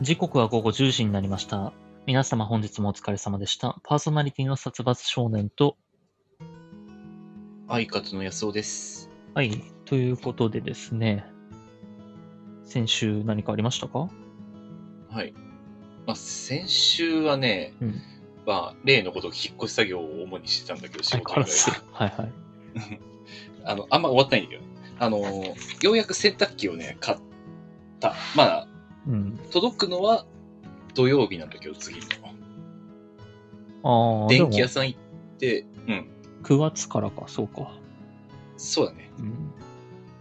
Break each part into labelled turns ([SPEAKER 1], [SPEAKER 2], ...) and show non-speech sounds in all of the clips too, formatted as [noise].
[SPEAKER 1] 時刻は午後10時になりました。皆様本日もお疲れ様でした。パーソナリティの殺伐少年と、
[SPEAKER 2] アイカツの安尾です。
[SPEAKER 1] はい、ということでですね、先週何かありましたか
[SPEAKER 2] はい。まあ、先週はね、
[SPEAKER 1] うん
[SPEAKER 2] まあ、例のこと引っ越し作業を主にしてたんだけど、仕
[SPEAKER 1] 相
[SPEAKER 2] 事
[SPEAKER 1] 変
[SPEAKER 2] 以
[SPEAKER 1] わら
[SPEAKER 2] 外
[SPEAKER 1] ず。はいはい。
[SPEAKER 2] あの、あんま終わってないんだよ。あの、ようやく洗濯機をね、買った。まあ、
[SPEAKER 1] うん。
[SPEAKER 2] 届くのは土曜日なんだけど、次の。
[SPEAKER 1] ああ、で
[SPEAKER 2] 電
[SPEAKER 1] も
[SPEAKER 2] 気屋さん行って、うん、
[SPEAKER 1] 9月からか、そうか。
[SPEAKER 2] そうだね。
[SPEAKER 1] うん。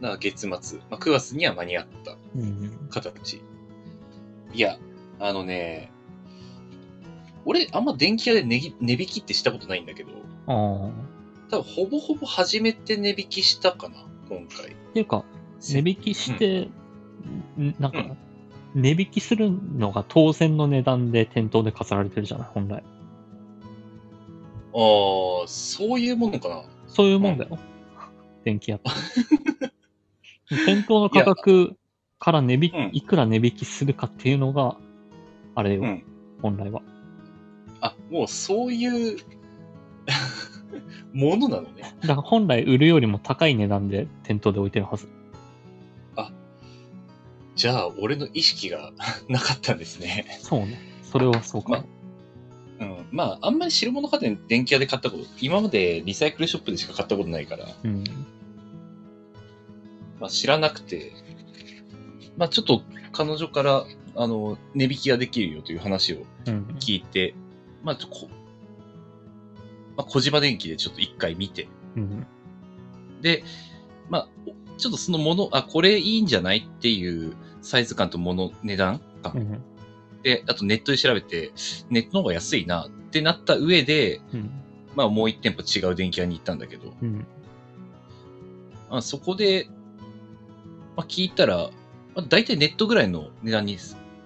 [SPEAKER 2] だから月末、まあ、9月には間に合った
[SPEAKER 1] うん、
[SPEAKER 2] 形。いや、あのね、俺、あんま電気屋で値引値引きってしたことないんだけど、
[SPEAKER 1] ああ。
[SPEAKER 2] 多分ほぼほぼ初めて値引きしたかな、今回。
[SPEAKER 1] っていうか、値引きして、んなん
[SPEAKER 2] う
[SPEAKER 1] か
[SPEAKER 2] ん、
[SPEAKER 1] 値引きするのが当然の値段で店頭で飾られてるじゃない、本来。
[SPEAKER 2] ああ、そういうものかな。
[SPEAKER 1] そういうもんだよ。電気屋って。店頭の価格から値引き、
[SPEAKER 2] うん
[SPEAKER 1] いくら値引きするかっていうのが、あれよ、
[SPEAKER 2] うん
[SPEAKER 1] 本来は。
[SPEAKER 2] あ、もうそういう [laughs] ものなのね。
[SPEAKER 1] だから本来売るよりも高い値段で店頭で置いてるはず。
[SPEAKER 2] じゃあ、俺の意識が [laughs] なかったんですね。
[SPEAKER 1] そうね。それはそうか。
[SPEAKER 2] まうん。まあ、あんまり白物家電、電気屋で買ったこと、今までリサイクルショップでしか買ったことないから、
[SPEAKER 1] うん。
[SPEAKER 2] まあ知らなくて、まあちょっと彼女から、あの、値引きができるよという話を
[SPEAKER 1] うん。
[SPEAKER 2] 聞いて、まあちょこ、まあ小島電機でちょっと一回見て、
[SPEAKER 1] うん。
[SPEAKER 2] で、まあ、おちょっとそのもの、あ、これいいんじゃないっていうサイズ感ともの、値段感、
[SPEAKER 1] うん。
[SPEAKER 2] で、あとネットで調べて、ネットの方が安いなってなった上で、
[SPEAKER 1] うん。
[SPEAKER 2] まあもう一店舗違う電気屋に行ったんだけど、
[SPEAKER 1] うん。
[SPEAKER 2] まあ、そこで、まあ聞いたら、まあ、大体ネットぐらいの値段に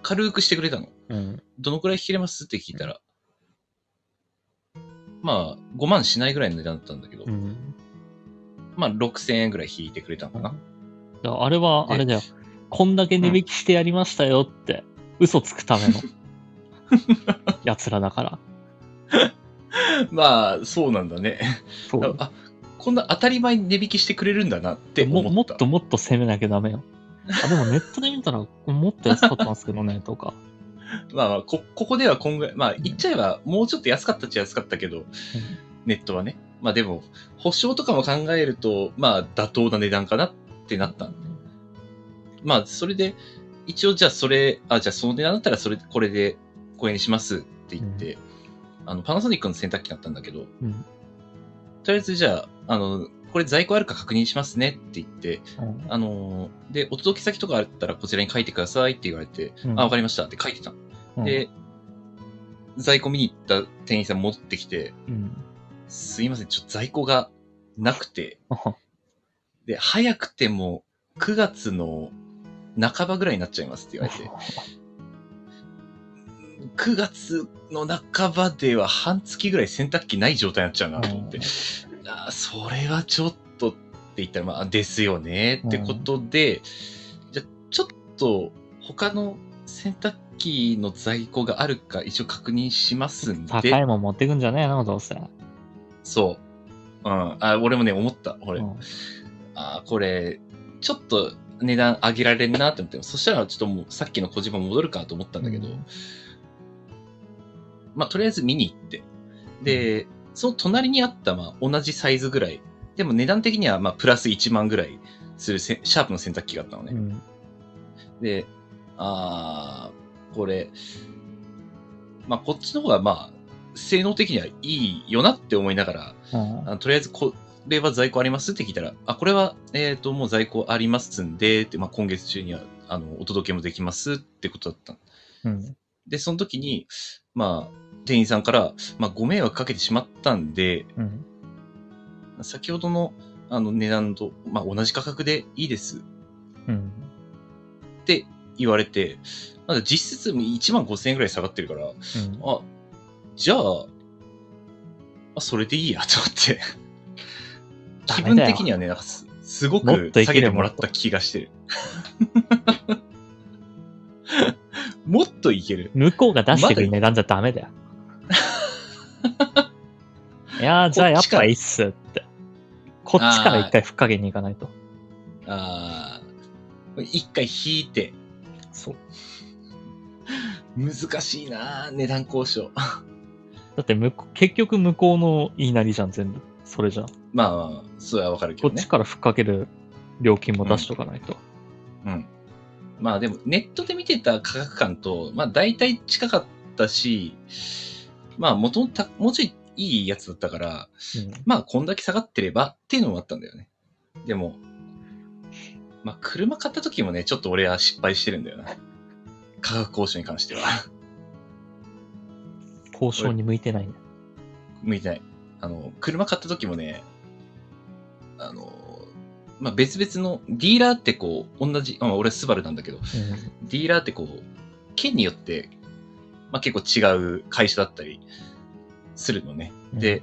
[SPEAKER 2] 軽くしてくれたの。
[SPEAKER 1] うん。
[SPEAKER 2] どのくらい引けれますって聞いたら、まあ5万しないぐらいの値段だったんだけど、
[SPEAKER 1] うん。
[SPEAKER 2] まあ6000円ぐらい引いてくれたのかな。
[SPEAKER 1] だからあれは、
[SPEAKER 2] で
[SPEAKER 1] あれだよ。こんだけ値引きしてやりましたよって、嘘つくため
[SPEAKER 2] [laughs]
[SPEAKER 1] の奴らだから。
[SPEAKER 2] [laughs] まあ、そうなんだね。
[SPEAKER 1] そう。
[SPEAKER 2] [laughs] あこんな当たり前に値引きしてくれるんだなって思
[SPEAKER 1] も
[SPEAKER 2] った
[SPEAKER 1] もっともっと攻めなきゃダメよ。あでもネットで見たら、もっと安かったんですけどね、とか。
[SPEAKER 2] まあまあこここではこんぐらいまあ言っちゃえばもうちょっと安かったっちゃ安かったけど、ネットはねまあでも保証とかも考えるとまあ妥当な値段かなってなったまあそれで一応じゃあそれあじゃあその値段だったらそれこれでこれにしますって言って、あのパナソニックの洗濯機だったんだけど
[SPEAKER 1] うん。
[SPEAKER 2] とりあえずじゃああのこれ在庫あるか確認しますねって言って
[SPEAKER 1] うん
[SPEAKER 2] あのーで、お届け先とかあったらこちらに書いてくださいって言われて、
[SPEAKER 1] うん
[SPEAKER 2] あ、わかりましたって書いてたの。
[SPEAKER 1] うん、
[SPEAKER 2] で、在庫見に行った店員さん戻ってきて、
[SPEAKER 1] うん。
[SPEAKER 2] すいません、ちょっと在庫がなくて、
[SPEAKER 1] あ
[SPEAKER 2] で、早くても9月の半ばぐらいになっちゃいますって言われて、9月の半ばでは半月ぐらい洗濯機ない状態になっちゃうなと思って、あーそれはちょっとって言ったら、まあ、ですよねってことで、じゃあちょっと他の洗濯機の在庫があるか一応確認しますん
[SPEAKER 1] 高
[SPEAKER 2] で、
[SPEAKER 1] いもん持ってくんじゃねえの、どうせ。う
[SPEAKER 2] そう。うん。あ、俺もね、思った。俺、
[SPEAKER 1] ん
[SPEAKER 2] あーこれ、ちょっと値段上げられるなって思って、そしたらちょっともうさっきの小島戻るかと思ったんだけど、
[SPEAKER 1] うん
[SPEAKER 2] まあ、とりあえず見に行って。で、その隣にあった、まあ、同じサイズぐらい。でも値段的には、まあ、プラス1万ぐらいするせシャープの洗濯機があったの
[SPEAKER 1] う
[SPEAKER 2] ね。
[SPEAKER 1] ん。
[SPEAKER 2] で、あー、これ、まあ、こっちの方が、まあ、性能的にはいいよなって思いながら、
[SPEAKER 1] うん
[SPEAKER 2] あとりあえずこれは在庫ありますって聞いたら、あ、これは、えっ、と、もう在庫ありますんで、って、まあ、今月中には、あの、お届けもできますってことだったの
[SPEAKER 1] うん。
[SPEAKER 2] で、その時に、まあ、店員さんから、まあ、ご迷惑かけてしまったんで、
[SPEAKER 1] うん。
[SPEAKER 2] 先ほどの、あの、値段と、まあ、同じ価格でいいです
[SPEAKER 1] うん。
[SPEAKER 2] って言われて、なんか実質1万5000円ぐらい下がってるから、
[SPEAKER 1] うん
[SPEAKER 2] あ、じゃあ、あそれでいいやと思って。
[SPEAKER 1] [laughs] ダ
[SPEAKER 2] 気
[SPEAKER 1] メ
[SPEAKER 2] 分
[SPEAKER 1] だよ
[SPEAKER 2] 的にはね、なんかすすご
[SPEAKER 1] もっ
[SPEAKER 2] く
[SPEAKER 1] といける
[SPEAKER 2] 下げてもらった気がしてる。 [laughs] もっといける。
[SPEAKER 1] 向こうが出してくる値段じゃダメだよ。いやー、じゃあやっぱいいっすって。こっちから一回ふっかけに行かないと。
[SPEAKER 2] ああ、一回引いて、
[SPEAKER 1] そう。
[SPEAKER 2] 難しいなあ値段交渉。 [laughs]
[SPEAKER 1] だって向こう、結局向こうの言いなりじゃん、全部。それじゃん。
[SPEAKER 2] まあまあまあ、それはわかるけ
[SPEAKER 1] こ
[SPEAKER 2] ど
[SPEAKER 1] っ
[SPEAKER 2] ね
[SPEAKER 1] ち。からふっかける料金も出しとかないと。
[SPEAKER 2] うん。まあでも、ネットで見てた価格感と、まあ大体近かったし、まあ元のた、もうちょいいいやつだったから、
[SPEAKER 1] うん
[SPEAKER 2] まあこんだけ下がってればっていうのもあったんだよね。でも、まあ車買った時もね、ちょっと俺は失敗してるんだよな。価格交渉に関しては。
[SPEAKER 1] 交渉に向いてないね。
[SPEAKER 2] 向いてない。あの、車買った時もね、あの、まあ別々の、ディーラーってこう、同じ、まあ俺はスバルなんだけど、
[SPEAKER 1] うん
[SPEAKER 2] ディーラーってこう、県によって、まあ、結構違う会社だったりするのね。で、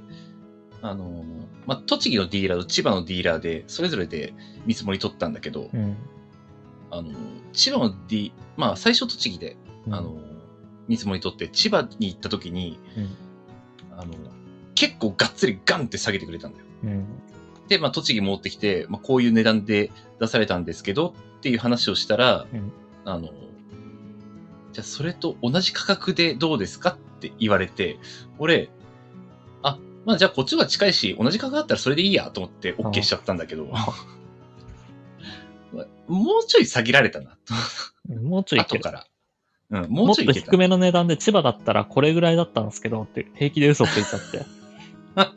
[SPEAKER 2] あのー、まあ、栃木のディーラーと千葉のディーラーで、それぞれで見積もり取ったんだけど、
[SPEAKER 1] うん、
[SPEAKER 2] あのー、千葉のディ、まあ、最初栃木で、
[SPEAKER 1] うん
[SPEAKER 2] あのー、見積もり取って、千葉に行った時に、
[SPEAKER 1] うん
[SPEAKER 2] あのー、結構がっつりガンって下げてくれたんだよ。
[SPEAKER 1] うん、
[SPEAKER 2] で、まあ、栃木戻ってきて、まあ、こういう値段で出されたんですけどっていう話をしたら、
[SPEAKER 1] うん
[SPEAKER 2] あの、じゃあそれと同じ価格でどうですかって言われて、俺、あ、まあじゃあこっちは近いし、同じ価格だったらそれでいいやと思って
[SPEAKER 1] あ
[SPEAKER 2] OK しちゃったんだけど、 [laughs] もうちょい下げら
[SPEAKER 1] [laughs]
[SPEAKER 2] れたな、
[SPEAKER 1] もうちょいいけ
[SPEAKER 2] 後
[SPEAKER 1] る
[SPEAKER 2] から。うん、も
[SPEAKER 1] もっ
[SPEAKER 2] うちょ
[SPEAKER 1] と
[SPEAKER 2] いいけた
[SPEAKER 1] 低。めの値段で千葉だったらこれぐらいだったんですけどって平気で嘘ついちゃって。
[SPEAKER 2] あ、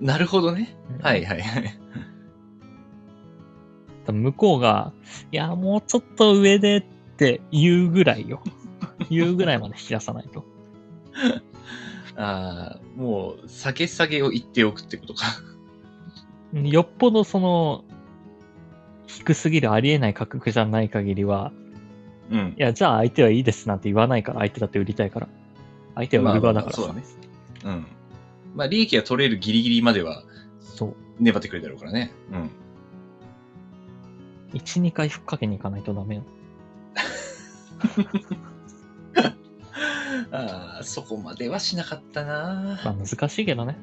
[SPEAKER 2] なるほどね。 [laughs] は
[SPEAKER 1] う
[SPEAKER 2] い
[SPEAKER 1] ん。
[SPEAKER 2] はいはい。
[SPEAKER 1] 多分向こうが、いや、もうちょっと上でって言うぐらいよ。言うぐらいまで引き出さないと。
[SPEAKER 2] ああ、もう、下げ下げを言っておくってことか。
[SPEAKER 1] よっぽどその、低すぎるありえない価格じゃない限りは、
[SPEAKER 2] うん
[SPEAKER 1] い。や、じゃあ相手はいいですなんて言わないから、相手だって売りたいから。相手は売る側だからさ。
[SPEAKER 2] まあまあまあそううん。まあ、利益が取れるギリギリまでは
[SPEAKER 1] そう。
[SPEAKER 2] 粘ってくれるだろうからね。うん。
[SPEAKER 1] 1、2回ふっかけに行かないとダメよ。
[SPEAKER 2] [laughs] ああ、そこまではしなかったな
[SPEAKER 1] まあ難しいけどね。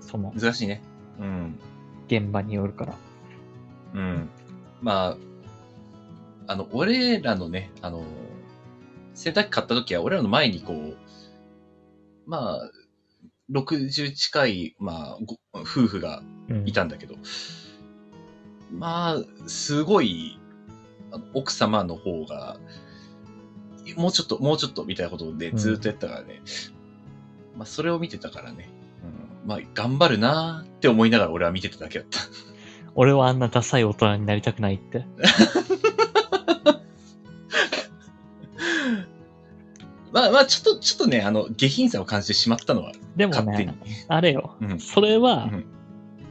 [SPEAKER 1] その、
[SPEAKER 2] 難しいね。うん。
[SPEAKER 1] 現場によるから。
[SPEAKER 2] うん。まあ、あの、俺らのね、あの、洗濯機買った時は、俺らの前にこう、まあ、60近い、まあ、ご夫婦が
[SPEAKER 1] うん。
[SPEAKER 2] いたんだけど、まあ、すごい、あの奥様の方が、もうちょっと、もうちょっと、みたいなことで
[SPEAKER 1] うん
[SPEAKER 2] ずーっとやったからね、まあ、それを見てたからね、うん、まあ、頑張るなーって思いながら俺は見てただけだった。 [laughs]
[SPEAKER 1] 俺はあんなダサい大人になりたくないって。
[SPEAKER 2] まあまあ、ちょっと、ちょっとね、あの、下品さを感じてしまったのは、
[SPEAKER 1] でも
[SPEAKER 2] 勝手に
[SPEAKER 1] ね、。あれよ。
[SPEAKER 2] うん
[SPEAKER 1] それは、
[SPEAKER 2] うん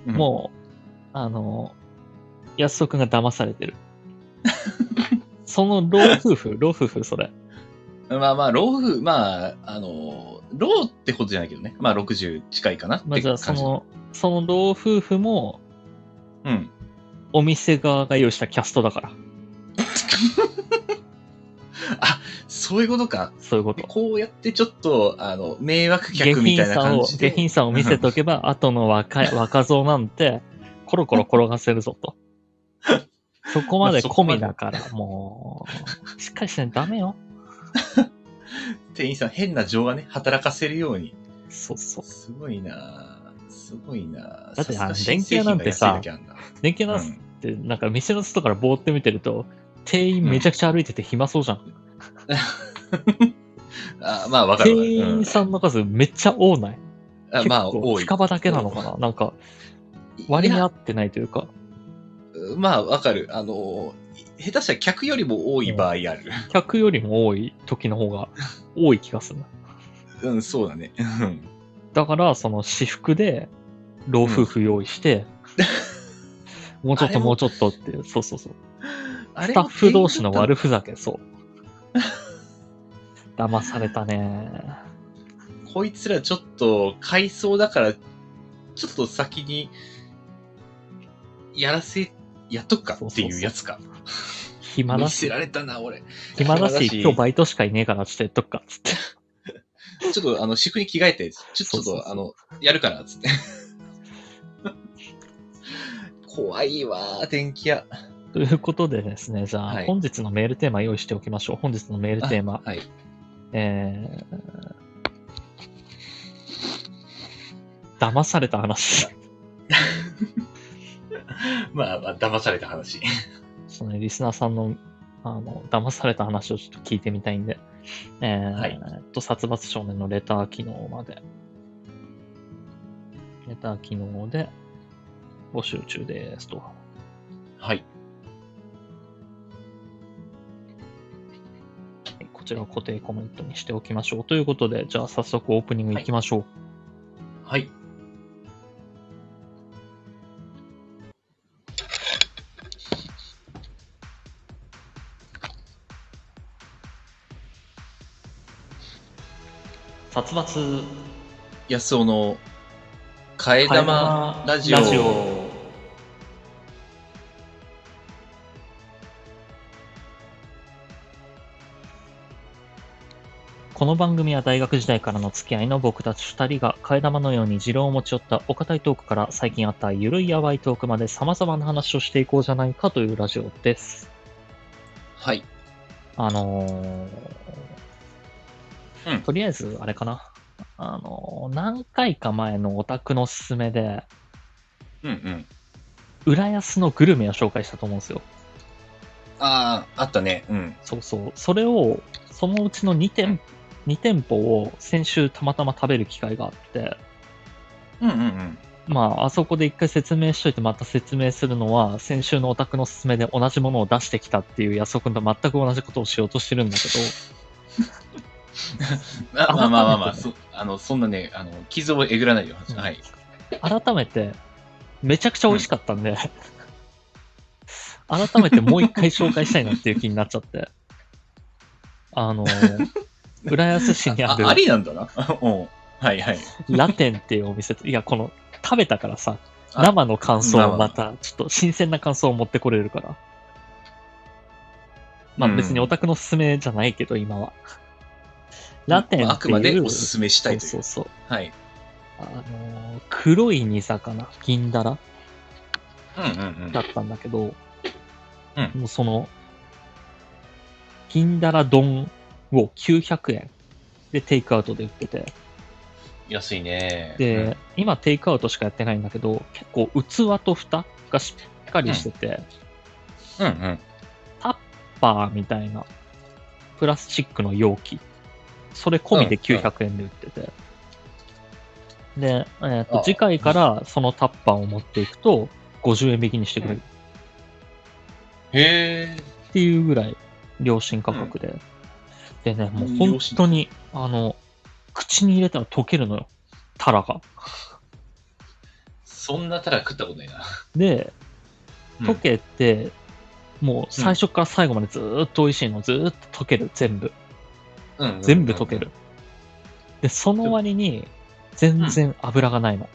[SPEAKER 1] もう、あの、安尾くんが騙され
[SPEAKER 2] [laughs]
[SPEAKER 1] てる。その老夫婦、老夫婦、それ。
[SPEAKER 2] まあまあ、老夫、まあ、あの、老ってことじゃないけどね、まあ60近いかなって
[SPEAKER 1] まあ、
[SPEAKER 2] 感じ。
[SPEAKER 1] じゃあその、その老夫婦も、
[SPEAKER 2] うん。
[SPEAKER 1] お店側が用意したキャストだから。
[SPEAKER 2] そういうことか。
[SPEAKER 1] そういうこと。
[SPEAKER 2] こうやってちょっと、あの、迷惑
[SPEAKER 1] 下
[SPEAKER 2] 客みた
[SPEAKER 1] 品
[SPEAKER 2] いな
[SPEAKER 1] さ
[SPEAKER 2] 感
[SPEAKER 1] を、
[SPEAKER 2] じで。
[SPEAKER 1] 下品さを見せとけば、後の若
[SPEAKER 2] [laughs]
[SPEAKER 1] い、若造なんて、コロコロ転がせるぞと。そこまで込みだから、もう、しっかりしないとダメよ。
[SPEAKER 2] 店員さん、変な情がね、働かせるように。
[SPEAKER 1] そうそう。
[SPEAKER 2] すごいなぁすごいなぁ
[SPEAKER 1] だって
[SPEAKER 2] さすが
[SPEAKER 1] あの
[SPEAKER 2] 新製品が安いだけあんな
[SPEAKER 1] 電気ナ
[SPEAKER 2] う
[SPEAKER 1] ス
[SPEAKER 2] ん
[SPEAKER 1] って、なんか店の外からぼーって見てると、店員めちゃくちゃ歩いてて暇そうじゃん。
[SPEAKER 2] あまあ、わかるわか
[SPEAKER 1] 店
[SPEAKER 2] る。うん
[SPEAKER 1] 員さんの数めっちゃ多ない。
[SPEAKER 2] あまあ、
[SPEAKER 1] 結構
[SPEAKER 2] 多い。
[SPEAKER 1] 近場だけなのかななんか、割に合
[SPEAKER 2] い
[SPEAKER 1] ってないというか、
[SPEAKER 2] やまあ、わかる。あの、下手したら客よりも多い場合ある。
[SPEAKER 1] 客よりも多い時の方が多い気がするな。
[SPEAKER 2] うん、そうだね。うん
[SPEAKER 1] だから、その私服で、老夫婦用意して、もうちょっ
[SPEAKER 2] あれ
[SPEAKER 1] と
[SPEAKER 2] も
[SPEAKER 1] もうちょっとっていう、そうそうそう。
[SPEAKER 2] あ
[SPEAKER 1] ス
[SPEAKER 2] れ
[SPEAKER 1] タッフ同士の悪
[SPEAKER 2] い。
[SPEAKER 1] ふざけ、そう。 [laughs] 騙されたね。
[SPEAKER 2] こいつらちょっと、改装だから、ちょっと先に、やらせ、やっとくかっていうやつか。
[SPEAKER 1] 暇だ
[SPEAKER 2] 見せ
[SPEAKER 1] し、
[SPEAKER 2] られたな、俺。
[SPEAKER 1] 暇だ
[SPEAKER 2] 暇だ
[SPEAKER 1] し、
[SPEAKER 2] [laughs] し
[SPEAKER 1] 今日バイトしかいねえから、ちょっと
[SPEAKER 2] [laughs]
[SPEAKER 1] やっとくか、つって。
[SPEAKER 2] ちょっと、あの、私服に着替えて、ちょちょっ
[SPEAKER 1] そうそう
[SPEAKER 2] と、
[SPEAKER 1] そう
[SPEAKER 2] あの、やるから、つって。 [laughs] 怖いわー、電気屋。
[SPEAKER 1] ということでですね、じゃあ、
[SPEAKER 2] はい
[SPEAKER 1] 本日のメールテーマ用意しておきましょう。本日のメールテーマ。
[SPEAKER 2] はい。
[SPEAKER 1] えー、騙された話。
[SPEAKER 2] まあ、まあ、騙された話。
[SPEAKER 1] そのリスナーさんの、あの、騙された話をちょっと聞いてみたいんで、えー
[SPEAKER 2] はい
[SPEAKER 1] と、殺伐少年のレター機能まで、レター機能で募集中ですと。
[SPEAKER 2] はい。
[SPEAKER 1] こちらを固定コメントにしておきましょう。ということで、じゃあ早速オープニングいきましょう。
[SPEAKER 2] はい。
[SPEAKER 1] 殺伐
[SPEAKER 2] 安尾の、替え玉ラジオ。
[SPEAKER 1] ラジオこの番組は大学時代からの付き合いの僕たち2人が替え玉のように持論を持ち寄ったお堅いトークから最近あったゆるいやばいトークまで様々な話をしていこうじゃないかというラジオです。
[SPEAKER 2] はい。
[SPEAKER 1] あのー
[SPEAKER 2] うん
[SPEAKER 1] とりあえず、あれかな。あのー何回か前のオタクのおすすめで、
[SPEAKER 2] うんうん。
[SPEAKER 1] 浦安のグルメを紹介したと思うんですよ。
[SPEAKER 2] ああ、あったね。うん。
[SPEAKER 1] そうそう。それを、そのうちの2店、2店舗を先週たまたま食べる機会があって、
[SPEAKER 2] うんうんうん。
[SPEAKER 1] まあ、あそこで一回説明しといて、また説明するのは、先週のオタクのおすすめで同じものを出してきたっていう安尾君と全く同じことをしようとしてるんだけど、
[SPEAKER 2] あま
[SPEAKER 1] [laughs]
[SPEAKER 2] あまあまあまあ、
[SPEAKER 1] 改
[SPEAKER 2] そあのそんなね、あの傷をえぐらないよ。
[SPEAKER 1] うん
[SPEAKER 2] はい。
[SPEAKER 1] 改めて、めちゃくちゃ美味しかったんで、 [laughs] 改めてもう一回紹介したいなっていう気になっちゃって。あの、浦安市にあ
[SPEAKER 2] あ
[SPEAKER 1] る
[SPEAKER 2] ありなんだな。 [laughs] うん。はいはい。
[SPEAKER 1] ラテンっていうお店と、いや、この、食べたからさ、
[SPEAKER 2] あ
[SPEAKER 1] 生の感想
[SPEAKER 2] まあま
[SPEAKER 1] を
[SPEAKER 2] あ
[SPEAKER 1] また、ちょっと新鮮な感想を持ってこれるから。まあ別にオタクのおすすめじゃないけど、今は。ラテン
[SPEAKER 2] まああ
[SPEAKER 1] って
[SPEAKER 2] くまで
[SPEAKER 1] いう、
[SPEAKER 2] おすすめしたいという。
[SPEAKER 1] そうそうそう。
[SPEAKER 2] はい。
[SPEAKER 1] あのー黒い煮魚、銀だら
[SPEAKER 2] うんうんうん
[SPEAKER 1] だ。ったんだけど、
[SPEAKER 2] うん
[SPEAKER 1] もうその、銀だら丼を900円でテイクアウトで売ってて、
[SPEAKER 2] 安いね。
[SPEAKER 1] で、今テイクアウトしかやってないんだけど、結構器と蓋がしっかりしてて、
[SPEAKER 2] うん、うんうん。
[SPEAKER 1] バーみたいな、プラスチックの容器。それ込みで
[SPEAKER 2] うんうん
[SPEAKER 1] 900円で売ってて。で、えーと
[SPEAKER 2] あ、
[SPEAKER 1] 次回からそのタッパーを持っていくと、50円引きにしてくれる
[SPEAKER 2] へえ。
[SPEAKER 1] っていうぐらい、良心価格で。でね、もう本当に、あの、口に入れたら溶けるのよ。タラが。
[SPEAKER 2] そんなたら食ったことないな。
[SPEAKER 1] で、
[SPEAKER 2] うん
[SPEAKER 1] 溶けて、もう最初から最後までずーっと美味しいの、ずーっと溶ける、全部。
[SPEAKER 2] うんうんうん
[SPEAKER 1] 全部溶ける。。で、その割に、全然油がないの。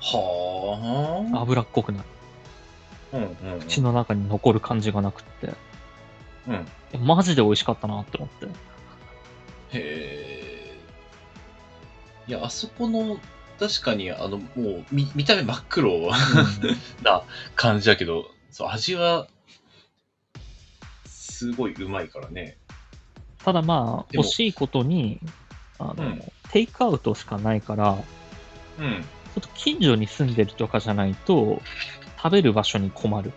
[SPEAKER 2] はあ。
[SPEAKER 1] 油っこくない。
[SPEAKER 2] うんうんうん。
[SPEAKER 1] 口の中に残る感じがなくって。
[SPEAKER 2] うん。へ
[SPEAKER 1] えマジで美味しかったなって思
[SPEAKER 2] [laughs]
[SPEAKER 1] って。
[SPEAKER 2] え。いや、あそこの、確かに、あの、もう、見見た目真っ黒。な感じだけど、そう味は、すごいうまいからね。
[SPEAKER 1] ただまあ、
[SPEAKER 2] でも
[SPEAKER 1] 惜しいことに、あの、
[SPEAKER 2] うん
[SPEAKER 1] テイクアウトしかないから、
[SPEAKER 2] うん。
[SPEAKER 1] ちょっと近所に住んでるとかじゃないと、食べる場所に困る。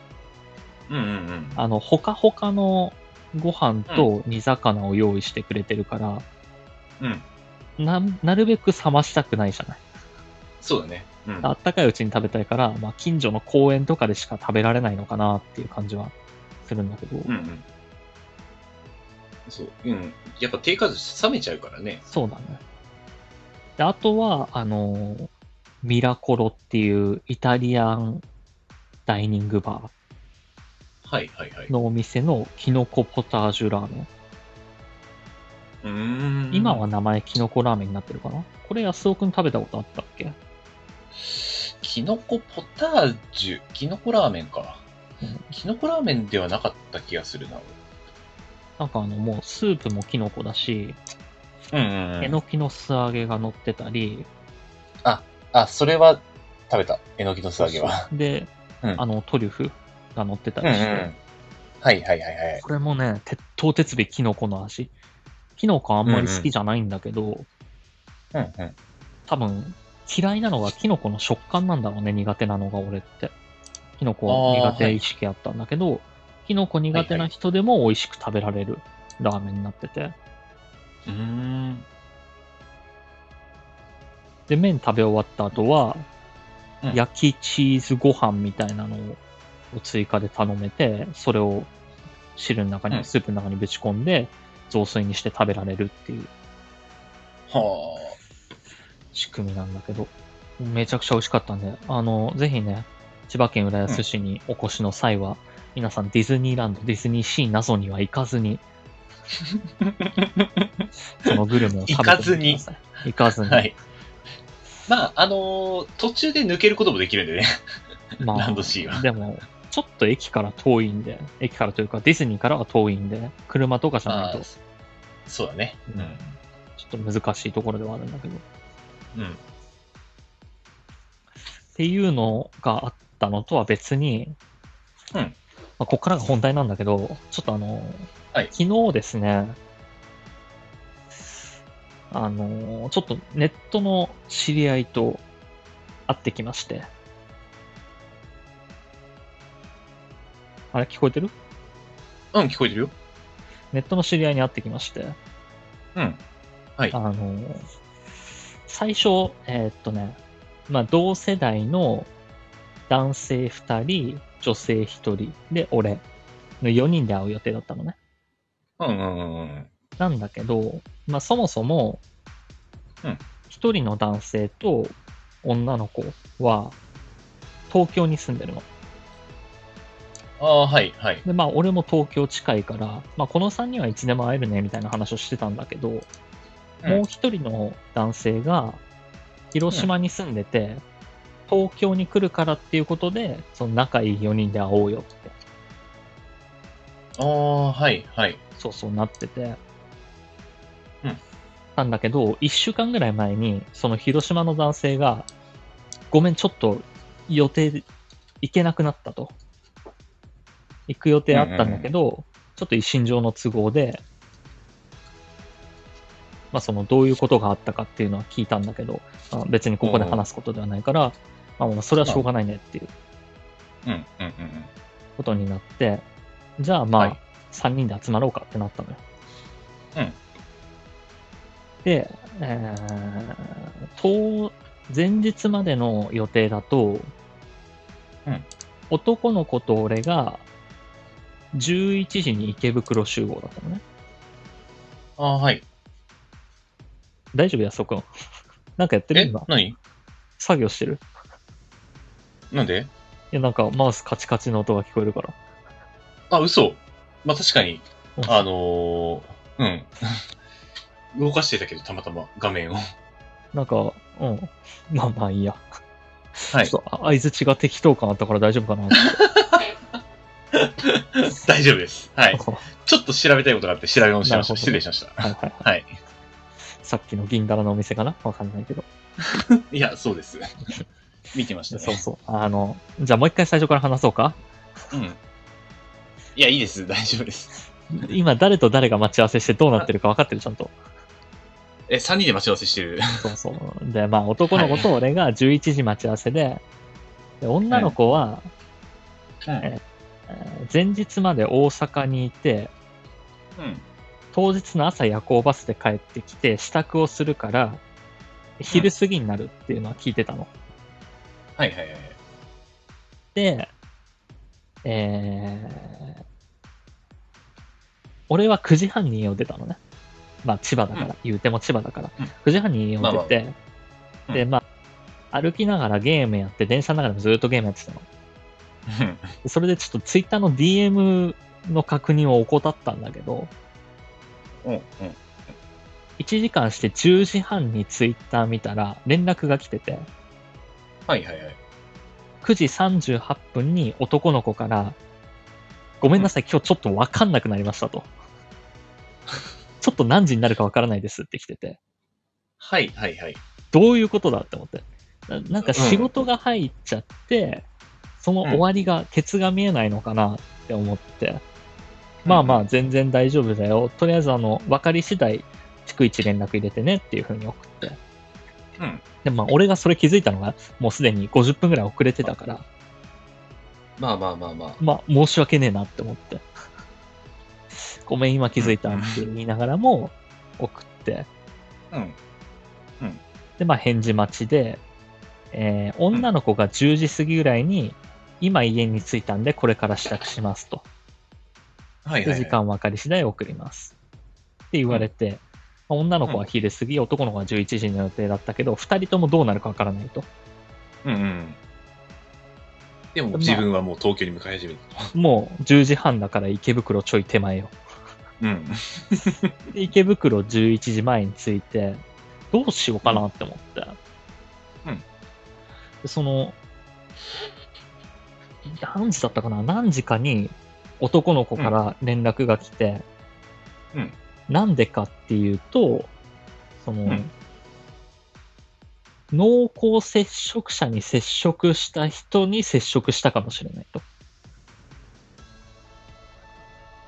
[SPEAKER 2] うんうんうん。
[SPEAKER 1] あの、ほかほかのご飯と煮魚を用意してくれてるから、
[SPEAKER 2] うん。
[SPEAKER 1] ななるべく冷ましたくないじゃない。
[SPEAKER 2] そうだね。うん。
[SPEAKER 1] あったかいうちに食べたいから、まあ、近所の公園とかでしか食べられないのかなっていう感じはするんだけど、
[SPEAKER 2] うんうん。そう。うん。やっぱ低価図冷めちゃうからね。
[SPEAKER 1] そうだね。であとは、あのーミラコロっていうイタリアンダイニングバ
[SPEAKER 2] はいはいはい
[SPEAKER 1] ー。のお店のキノコポタージュラーメン。
[SPEAKER 2] うーん。
[SPEAKER 1] 今は名前キノコラーメンになってるかなこれ安尾くん食べたことあったっけ
[SPEAKER 2] きのこポタージュ、きのこラーメンか。キノコラーメンではなかった気がするな。
[SPEAKER 1] なんかあの、もうスープもキノコだし、
[SPEAKER 2] うんうん、
[SPEAKER 1] えのきの素揚げが乗ってたり、
[SPEAKER 2] あ、それは食べた。えのきの素揚げは。
[SPEAKER 1] で、
[SPEAKER 2] うん
[SPEAKER 1] あの、トリュフが乗ってた
[SPEAKER 2] うんう
[SPEAKER 1] りして、
[SPEAKER 2] ん。はいはいはいはい。
[SPEAKER 1] これもね、鉄頭鉄尾キノコの味。キノコあんまり好きじゃないんだけど、
[SPEAKER 2] うんうん。
[SPEAKER 1] 多分嫌いなのはキノコの食感なんだろうね、苦手なのが俺って。キノコは苦手意識あったんだけど、キノコ苦手な人でも美味しく食べられるラーメンになってて。
[SPEAKER 2] うーん。
[SPEAKER 1] で、麺食べ終わった後は、
[SPEAKER 2] うん
[SPEAKER 1] 焼きチーズご飯みたいなのを追加で頼めて、それを汁の中
[SPEAKER 2] う
[SPEAKER 1] に、
[SPEAKER 2] ん
[SPEAKER 1] スープの中にぶち込んで、雑炊にして食べられるっていう
[SPEAKER 2] は
[SPEAKER 1] 仕組みなんだけど、めちゃくちゃ美味しかったんで、あの、ぜひね、千葉県浦安市にお越しの際は、皆さんディズニーランド、ディズニーシーなどには行かず
[SPEAKER 2] [laughs]
[SPEAKER 1] に、そのグルメを食べてみてください。行かず
[SPEAKER 2] あ。
[SPEAKER 1] に。
[SPEAKER 2] はい。まあ、あのー途中で抜けることもできるんでね。
[SPEAKER 1] ま
[SPEAKER 2] ランドシーは。
[SPEAKER 1] でも、ちょっと駅から遠いんで、駅からというかディズニーからは遠いんで、車とかじゃない
[SPEAKER 2] まあ
[SPEAKER 1] と、、
[SPEAKER 2] そうだね。う
[SPEAKER 1] うんちょっと難しいところではあるんだけど。っ
[SPEAKER 2] ん。うん。
[SPEAKER 1] ていうのがあったのとは別に、
[SPEAKER 2] うん
[SPEAKER 1] まあ、ここからが本題なんだけど、ちょっとあの、
[SPEAKER 2] はい
[SPEAKER 1] 昨日ですね、あの、ちょっとネットの知り合いと会ってきまして、あれ聞こえてる
[SPEAKER 2] うん、聞こえてるよ。
[SPEAKER 1] ネットの知り合いに会ってきまして、
[SPEAKER 2] うん。
[SPEAKER 1] あの、最初、えーっとね、まあ、同世代の男性2人、女性1人、で、俺の4人で会う予定だったのね。
[SPEAKER 2] うんうんうんうん。
[SPEAKER 1] なんだけど、まあ、そもそも、
[SPEAKER 2] うん
[SPEAKER 1] 1人の男性と女の子は、東京に住んでるの。
[SPEAKER 2] ああ、はいはい。
[SPEAKER 1] で、まあ、俺も東京近いから、まあ、この3人はいつでも会えるね、みたいな話をしてたんだけど、
[SPEAKER 2] うん
[SPEAKER 1] もう一人の男性が、広島に住んでて、東京に来るからっていうことで、その仲いい4人で会おうよって、
[SPEAKER 2] ああ、はいはい。
[SPEAKER 1] そうそうなってて。
[SPEAKER 2] うん。
[SPEAKER 1] なんだけど、1週間ぐらい前に、その広島の男性が、ごめん、ちょっと予定行けなくなったと。行く予定あったんだけど、ちょっと一身上の都合で、まあそのどういうことがあったかっていうのは聞いたんだけど、まあ別にここで話すことではないから、まあもうそれはしょうがないねっていう
[SPEAKER 2] うんうんうんうん。
[SPEAKER 1] ことになって、じゃあまあ、
[SPEAKER 2] はい
[SPEAKER 1] 3人で集まろうかってなったのよ。
[SPEAKER 2] うん。
[SPEAKER 1] で、えー、当、前日までの予定だと、
[SPEAKER 2] うん
[SPEAKER 1] 男の子と俺が、11時に池袋集合だったのね。
[SPEAKER 2] ああ、はい。
[SPEAKER 1] 大丈夫や、そこ。なん [laughs] かやってる
[SPEAKER 2] え
[SPEAKER 1] 今、。
[SPEAKER 2] 何
[SPEAKER 1] 作業してる
[SPEAKER 2] なんで
[SPEAKER 1] いや、なんかマウスカチカチの音が聞こえるから。
[SPEAKER 2] あ、嘘。まあ確かに、
[SPEAKER 1] うん
[SPEAKER 2] あのー、うん。 [laughs] 動かしてたけど、たまたま画面を。
[SPEAKER 1] なんか、うん。まあまあいいや。
[SPEAKER 2] はい
[SPEAKER 1] ちょっと、相槌が適当感あったから大丈夫かなって。
[SPEAKER 2] [laughs] 大丈夫で
[SPEAKER 1] [laughs]
[SPEAKER 2] す。はい。
[SPEAKER 1] はい
[SPEAKER 2] ちょっと調べたいことがあって調べ直しました。
[SPEAKER 1] なるほど
[SPEAKER 2] 失礼しました。
[SPEAKER 1] はいはい。
[SPEAKER 2] はい。
[SPEAKER 1] さっきの銀だらのお店かなわかんないけど。
[SPEAKER 2] いや、そう [laughs] です。見てました
[SPEAKER 1] そう
[SPEAKER 2] ね。
[SPEAKER 1] そう。あの、じゃあもう一回最初から話そうか。
[SPEAKER 2] うん。いや、いいです。大丈夫です。
[SPEAKER 1] 今、誰と誰が待ち合わせしてどうなってるか分かってる、ちゃんと。
[SPEAKER 2] え、3人で待ち合わせしてる。
[SPEAKER 1] そうそう。で、まあ、男の子と俺が11時待ち合わせで、で女の子は、
[SPEAKER 2] うん。
[SPEAKER 1] えー前日まで大阪にいて、
[SPEAKER 2] うん。
[SPEAKER 1] 当日の朝夜行バスで帰ってきて、支度をするから、昼過ぎになるっていうのは聞いてたの。
[SPEAKER 2] はいはいはい。
[SPEAKER 1] で、えー、俺は9時半に家を出たのね。まあ、千葉だから、
[SPEAKER 2] うん
[SPEAKER 1] 言うても千葉だから。
[SPEAKER 2] うん
[SPEAKER 1] 9時半に家を出て、
[SPEAKER 2] まあ
[SPEAKER 1] で、まあ、歩きながらゲームやって、電車の中でもずっとゲームやってたの。
[SPEAKER 2] うん
[SPEAKER 1] でそれでちょっとツイッターの DM の確認を怠ったんだけど、
[SPEAKER 2] うん。
[SPEAKER 1] 1時間して10時半にツイッター見たら連絡が来てて、
[SPEAKER 2] はいはいはい。
[SPEAKER 1] 9時38分に男の子から、ごめんなさい、今日ちょっとわかんなくなりましたと。 [laughs] ちょっと何時になるかわからないですって来てて、
[SPEAKER 2] はいはいはい。
[SPEAKER 1] どういうことだって思って。ななんか仕事が入っちゃって、その終わりが、ケツが見えないのかなって思って、まあまあ全然大丈夫だよ。とりあえずあの、分かり次第、逐一連絡入れてねっていうふうに送って。
[SPEAKER 2] うん
[SPEAKER 1] で、まあ俺がそれ気づいたのが、もうすでに50分ぐらい遅れてたから、
[SPEAKER 2] まあまあまあまあ。
[SPEAKER 1] まあ、申し訳ねえなって思って。 [laughs] ごめん、今気づいたって言いながらも送って、
[SPEAKER 2] うん。
[SPEAKER 1] で、まあ、返事待ちで、えー女の子が10時過ぎぐらいに、今家に着いたんで、これから支度しますと。
[SPEAKER 2] はい
[SPEAKER 1] で
[SPEAKER 2] はい、
[SPEAKER 1] 時
[SPEAKER 2] はい。
[SPEAKER 1] 間分かり次第送ります。って言われて、まあ女の子は昼過ぎ、男の子は11時の予定だったけど、2人ともどうなるか分からないと。
[SPEAKER 2] うんうん。でも自分はもう東京に向かい始めた。
[SPEAKER 1] もう10時半だから池袋ちょい手前よ。
[SPEAKER 2] うん。
[SPEAKER 1] で池袋11時前に着いて、どうしようかなって思って。
[SPEAKER 2] うん
[SPEAKER 1] でその、何時だったかな何時かに男の子から連絡が来て、
[SPEAKER 2] うん
[SPEAKER 1] なんでかっていうと、その、
[SPEAKER 2] うん
[SPEAKER 1] 濃厚接触者に接触した人に接触したかもしれないと。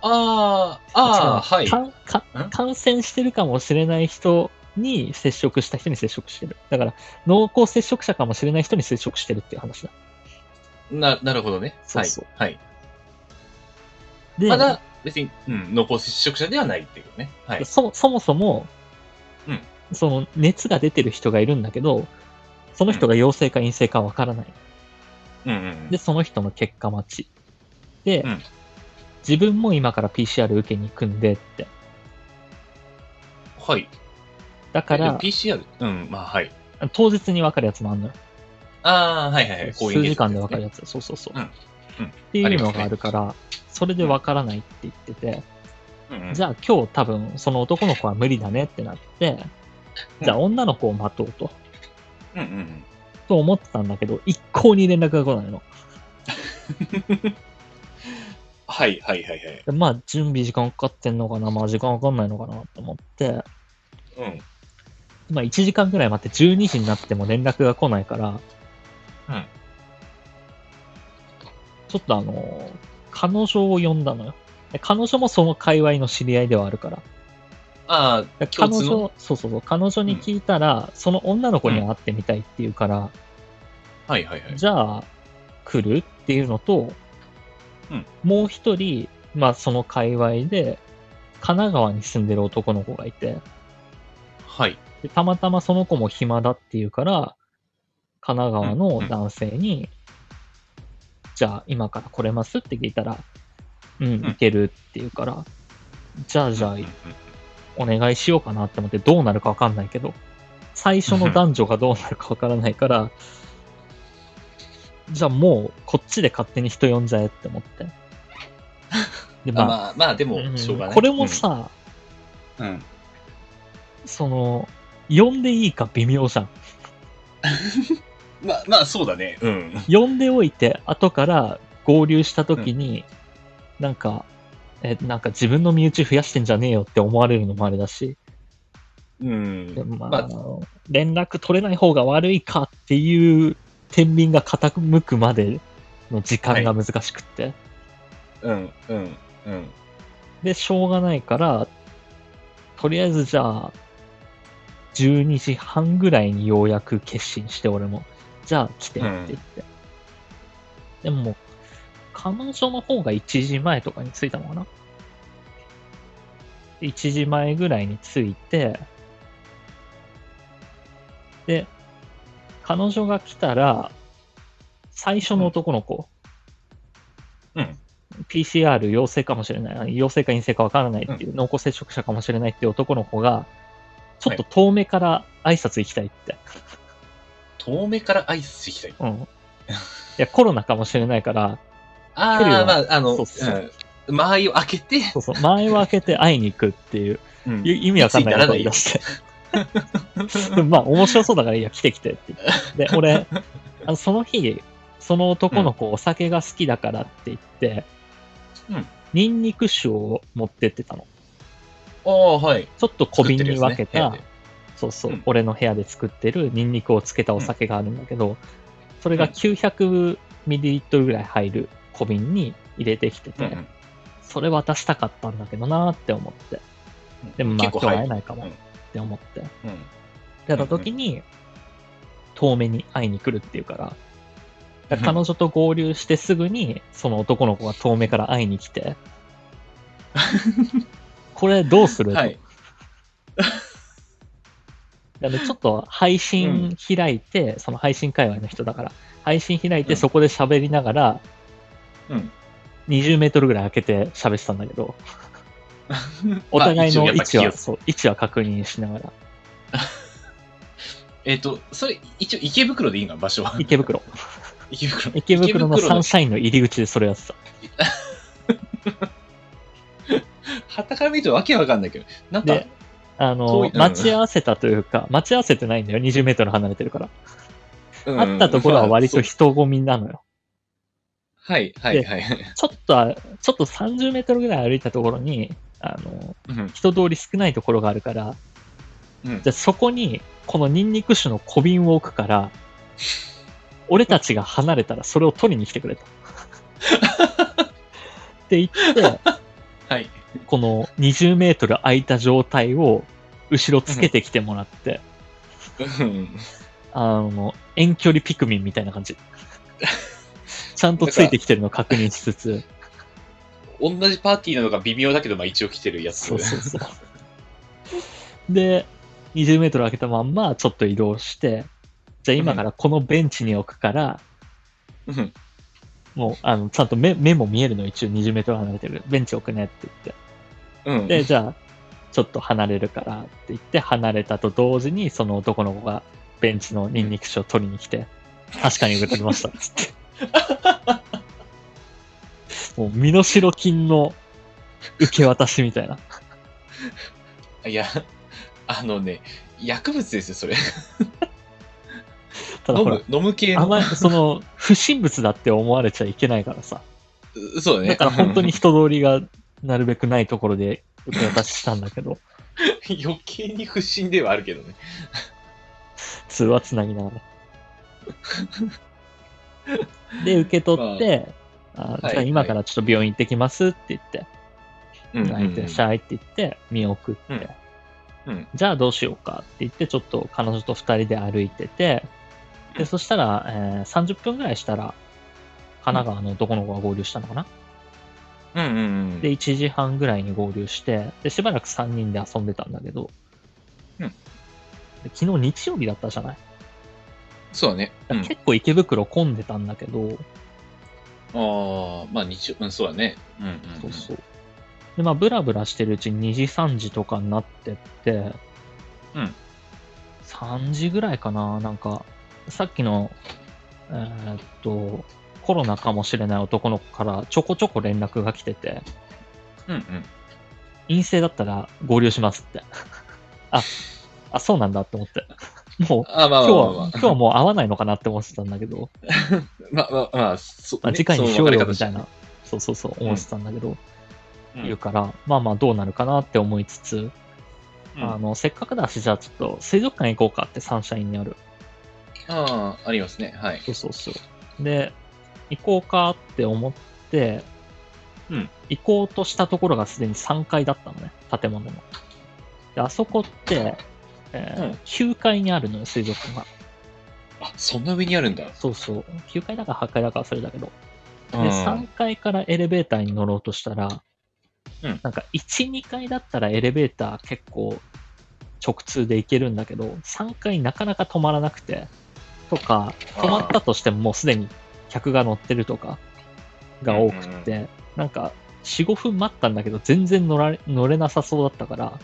[SPEAKER 2] ああ、ああ、
[SPEAKER 1] その
[SPEAKER 2] はい。
[SPEAKER 1] 感か
[SPEAKER 2] ん
[SPEAKER 1] 感染してるかもしれない人に接触した人に接触してる。だから、濃厚接触者かもしれない人に接触してるっていう話だ。
[SPEAKER 2] な、なるほどね。
[SPEAKER 1] そうそう
[SPEAKER 2] はい。はい。
[SPEAKER 1] で、
[SPEAKER 2] まだ別に、うん、濃厚接触者ではないっていうことね。はい。
[SPEAKER 1] そそもそも、
[SPEAKER 2] うん
[SPEAKER 1] その熱が出てる人がいるんだけど、その人が陽性か陰性かわからない。
[SPEAKER 2] うんうん
[SPEAKER 1] で、その人の結果待ち。で、
[SPEAKER 2] うん
[SPEAKER 1] 自分も今から PCR 受けに行くんでって。
[SPEAKER 2] はい。
[SPEAKER 1] だか
[SPEAKER 2] えでも
[SPEAKER 1] ら、
[SPEAKER 2] PCR、うん、まあはい。
[SPEAKER 1] 当日に分かるやつもあるのよ。
[SPEAKER 2] ああ、はいはいはい。
[SPEAKER 1] 数時間で分かるやつ、そうそうそう。
[SPEAKER 2] うんうん
[SPEAKER 1] っていうのがあるから、それで分からないって言ってて、
[SPEAKER 2] つ。うんうん、
[SPEAKER 1] じゃあ今日多分その男の子は無理だねってなって、
[SPEAKER 2] うん
[SPEAKER 1] じゃあ女の子を待とうと
[SPEAKER 2] うんうん
[SPEAKER 1] と思ってたんだけど、一向に連絡が来ないの。
[SPEAKER 2] はいはいはいはい。
[SPEAKER 1] でまあ準備時間かかってんのかな、まあ時間かかんないのかなと思って、
[SPEAKER 2] うん。
[SPEAKER 1] まあ1時間ぐらい待って12時になっても連絡が来ないから、
[SPEAKER 2] うん
[SPEAKER 1] ちょっとあの、彼女を呼んだのよ。で彼女もその界隈の知り合いではあるから。
[SPEAKER 2] ああ、
[SPEAKER 1] で彼
[SPEAKER 2] 共通
[SPEAKER 1] 女
[SPEAKER 2] の、
[SPEAKER 1] そうそうそう、彼女に聞いたら、その女の子には会ってみたいっていうから、
[SPEAKER 2] はいはいはい。
[SPEAKER 1] じゃあ、来るっていうのと、
[SPEAKER 2] うん
[SPEAKER 1] もう一人、まあその界隈で、神奈川に住んでる男の子がいて、
[SPEAKER 2] はい。
[SPEAKER 1] でたまたまその子も暇だっていうから、神奈川の男性に、じゃあ今から来れますって聞いたら、うん、行けるっていうから、じゃあじゃあ
[SPEAKER 2] うんうん
[SPEAKER 1] お願いしようかなって思ってどうなるかわかんないけど、最初の男女がどうなるかわからないから、じゃあもうこっちで勝手に人呼んじゃえって思っ
[SPEAKER 2] [laughs]
[SPEAKER 1] て。で、
[SPEAKER 2] まあ、
[SPEAKER 1] まあ、
[SPEAKER 2] まあ、まあ、でも
[SPEAKER 1] う、ん
[SPEAKER 2] しょうがない。
[SPEAKER 1] これもさ、
[SPEAKER 2] うん、うん。
[SPEAKER 1] その、呼んでいいか微妙じゃん。
[SPEAKER 2] まあ、まあ、そうだね。うん。
[SPEAKER 1] 呼んでおいて、後から合流した時に、なんか、え、なんか自分の身内増やしてんじゃねえよって思われるのもあれだし、
[SPEAKER 2] うん
[SPEAKER 1] で。まあ、
[SPEAKER 2] ま
[SPEAKER 1] あの連絡取れない方が悪いかっていう天秤が傾くまでの時間が難しくって、
[SPEAKER 2] うん、うん、うん。
[SPEAKER 1] でしょうがないからとりあえずじゃあ12時半ぐらいにようやく決心して俺もじゃあ来てって言って、でももう彼女の方が1時前とかに着いたのかな1時前ぐらいに着いてで彼女が来たら最初の男の子、
[SPEAKER 2] うん。
[SPEAKER 1] PCR 陽性かもしれない、陽性か陰性かわからないっていう、濃厚接触者かもしれないっていう男の子が、ちょっと遠目から挨拶行きたいって。
[SPEAKER 2] 遠目から挨拶していきたい。
[SPEAKER 1] うん。いや、コロナかもしれないから、
[SPEAKER 2] あ
[SPEAKER 1] 距離は
[SPEAKER 2] あ、まあ、あの、
[SPEAKER 1] そうそう
[SPEAKER 2] うん間合いを開けて、
[SPEAKER 1] そうそう、前を開けて会いに行くっていう、
[SPEAKER 2] うん
[SPEAKER 1] い意味わかんないことを言い出
[SPEAKER 2] い
[SPEAKER 1] して。
[SPEAKER 2] [laughs]
[SPEAKER 1] でも [laughs] まあ、面白そうだから、いや、来て来てって言って。で、俺、あのその日、その男の子、お酒が好きだからって言って、
[SPEAKER 2] うん
[SPEAKER 1] ニンニク酒を持ってってたの。
[SPEAKER 2] ああ、はい。
[SPEAKER 1] ちょっと小瓶に分けた、
[SPEAKER 2] 作ってるやつね
[SPEAKER 1] そうそう、
[SPEAKER 2] うん
[SPEAKER 1] 俺の部屋で作ってるニンニクをつけたお酒があるんだけど、それが
[SPEAKER 2] うん
[SPEAKER 1] 900ミリリットルぐらい入る小瓶に入れてきてて、
[SPEAKER 2] 部屋でうん
[SPEAKER 1] それ渡したかったんだけどなーって思って、
[SPEAKER 2] うん
[SPEAKER 1] でもまあ
[SPEAKER 2] 結構
[SPEAKER 1] 今日会
[SPEAKER 2] 入
[SPEAKER 1] え
[SPEAKER 2] る
[SPEAKER 1] ないかもって思って、
[SPEAKER 2] うん。
[SPEAKER 1] やった時に、遠目に会いに来るっていうから、だから彼女と合流してすぐに、その男の子が遠目から会いに来
[SPEAKER 2] [laughs]
[SPEAKER 1] て、これどうすると、
[SPEAKER 2] はい。
[SPEAKER 1] なのでちょっと配信開いて、その配信界隈の人だから、配信開いてそこで喋りながら、
[SPEAKER 2] うん
[SPEAKER 1] 20メートルぐらい開けて喋ってたんだけど、 [laughs] お互いの
[SPEAKER 2] まあ
[SPEAKER 1] 位置
[SPEAKER 2] 一応や
[SPEAKER 1] は、
[SPEAKER 2] っぱ
[SPEAKER 1] そう、位置は確認しながら、
[SPEAKER 2] えっと、それ、一応池袋でいいな、場所は。
[SPEAKER 1] 池袋。
[SPEAKER 2] 池袋。
[SPEAKER 1] 池袋の
[SPEAKER 2] 池
[SPEAKER 1] サンシャインの入り口でそれやってた。
[SPEAKER 2] 旗から見るとわけわかんないけど、なんか
[SPEAKER 1] で、あ
[SPEAKER 2] 遠い
[SPEAKER 1] の
[SPEAKER 2] う、ん
[SPEAKER 1] 待ち合わせたというか、待ち合わせてないんだよ、20メートル離れてるから。
[SPEAKER 2] うん
[SPEAKER 1] 会ったところは割と人混みなのよ。
[SPEAKER 2] はい、はい、はい。
[SPEAKER 1] ちょっとあ、ちょっと30メートルぐらい歩いたところに、あの、
[SPEAKER 2] うん
[SPEAKER 1] 人通り少ないところがあるから、
[SPEAKER 2] うん
[SPEAKER 1] じゃあそこに、このニンニク酒の小瓶を置くから、俺たちが離れたらそれを取りに来てくれ
[SPEAKER 2] [laughs]
[SPEAKER 1] と。って言って、
[SPEAKER 2] はい。
[SPEAKER 1] この20メートル空いた状態を後ろつけてきてもらって、
[SPEAKER 2] うん
[SPEAKER 1] あの、遠距離ピクミンみたいな感じ。
[SPEAKER 2] [laughs]
[SPEAKER 1] ちゃんとついてきてるの確認しつつ、
[SPEAKER 2] 同じパーティーなのか微妙だけど、まあ一応来てるやつ。
[SPEAKER 1] そうそうそう。で、20メートル開けたまんま、ちょっと移動して、じゃあ今からこのベンチに置くから、
[SPEAKER 2] うん
[SPEAKER 1] もう、あの、ちゃんと目目も見えるの、一応20メートル離れてる。ベンチ置くねって言っ
[SPEAKER 2] うん。
[SPEAKER 1] て。で、じゃあ、ちょっと離れるからって言って、離れたと同時に、その男の子がベンチのニンニク酒を取りに来て、確かに受け取りました、つ [laughs] って。もう、身代金の受け渡しみたいな。
[SPEAKER 2] いや、あのね、薬物ですよ、それ。
[SPEAKER 1] ただ
[SPEAKER 2] 飲
[SPEAKER 1] ほら
[SPEAKER 2] む、、飲む系の。
[SPEAKER 1] 甘い、その、不審物だって思われちゃいけないからさ。
[SPEAKER 2] そうだね。
[SPEAKER 1] だから本当に人通りがなるべくないところで受け渡ししたんだけど、 [laughs]
[SPEAKER 2] うん。 [laughs] 余計に不審ではあるけどね。
[SPEAKER 1] 通話つなぎな
[SPEAKER 2] [laughs]
[SPEAKER 1] がら。で、受け取って、あ
[SPEAKER 2] はい
[SPEAKER 1] じゃあ今からちょっと病院行ってきますって言って、
[SPEAKER 2] うんうんうん
[SPEAKER 1] あいってらっしゃいって言って、見送って、
[SPEAKER 2] うんうん
[SPEAKER 1] じゃあどうしようかって言って、ちょっと彼女と二人で歩いてて、で、そしたら、えー30分ぐらいしたら、神奈川の男の子が合流したのかな、
[SPEAKER 2] うんうんうん。
[SPEAKER 1] で、1時半ぐらいに合流して、で、しばらく3人で遊んでたんだけど、
[SPEAKER 2] うん
[SPEAKER 1] で昨日日曜日だったじゃない
[SPEAKER 2] そうだね。
[SPEAKER 1] だか
[SPEAKER 2] うん
[SPEAKER 1] ら結構池袋混んでたんだけど、
[SPEAKER 2] ああ、まあ日曜、うん、そうだね。うんうん。
[SPEAKER 1] そうそう。で、まあ、ブラブラしてるうちに2時、3時とかになってって、
[SPEAKER 2] うん
[SPEAKER 1] 3時ぐらいかな、なんか、さっきの、えーっと、コロナかもしれない男の子からちょこちょこ連絡が来てて、
[SPEAKER 2] うんうん。
[SPEAKER 1] 陰性だったら合流しますって。あ、あ、そうなんだって思って。
[SPEAKER 2] [laughs]
[SPEAKER 1] もう、
[SPEAKER 2] ああ、まあ
[SPEAKER 1] 今日
[SPEAKER 2] まあまあ
[SPEAKER 1] は、
[SPEAKER 2] まあ
[SPEAKER 1] 今。日はもう会わないのかなって思ってたんだけど、
[SPEAKER 2] まあまあまあ、そ
[SPEAKER 1] あ
[SPEAKER 2] ね
[SPEAKER 1] 次回にしようよみたい
[SPEAKER 2] その分かれ方し
[SPEAKER 1] な、そうそうそう思ってたんだけど、
[SPEAKER 2] う
[SPEAKER 1] 言うんから、まあまあどうなるかなって思いつつ、
[SPEAKER 2] うん
[SPEAKER 1] あの、せっかくだし、じゃあちょっと水族館行こうかってサンシャインにある。
[SPEAKER 2] ああ、ありますね。はい。
[SPEAKER 1] そうそうそう。で、行こうかって思って、
[SPEAKER 2] うん
[SPEAKER 1] 行こうとしたところがすでに3階だったのね、建物の。で、あそこって、えー
[SPEAKER 2] うん
[SPEAKER 1] 9階にあるのよ、水族館が。
[SPEAKER 2] あ、そんな上にあるんだ。
[SPEAKER 1] そうそう。9階だか8階だかそれだけど。で、
[SPEAKER 2] うん
[SPEAKER 1] 3階からエレベーターに乗ろうとしたら、
[SPEAKER 2] うん
[SPEAKER 1] なんか1、2階だったらエレベーター結構直通で行けるんだけど、3階なかなか止まらなくて、とか、止まったとしてももうすでに客が乗ってるとかが多く
[SPEAKER 2] うんうん
[SPEAKER 1] て、なんか4、5分待ったんだけど全然乗られ乗れなさそうだったから、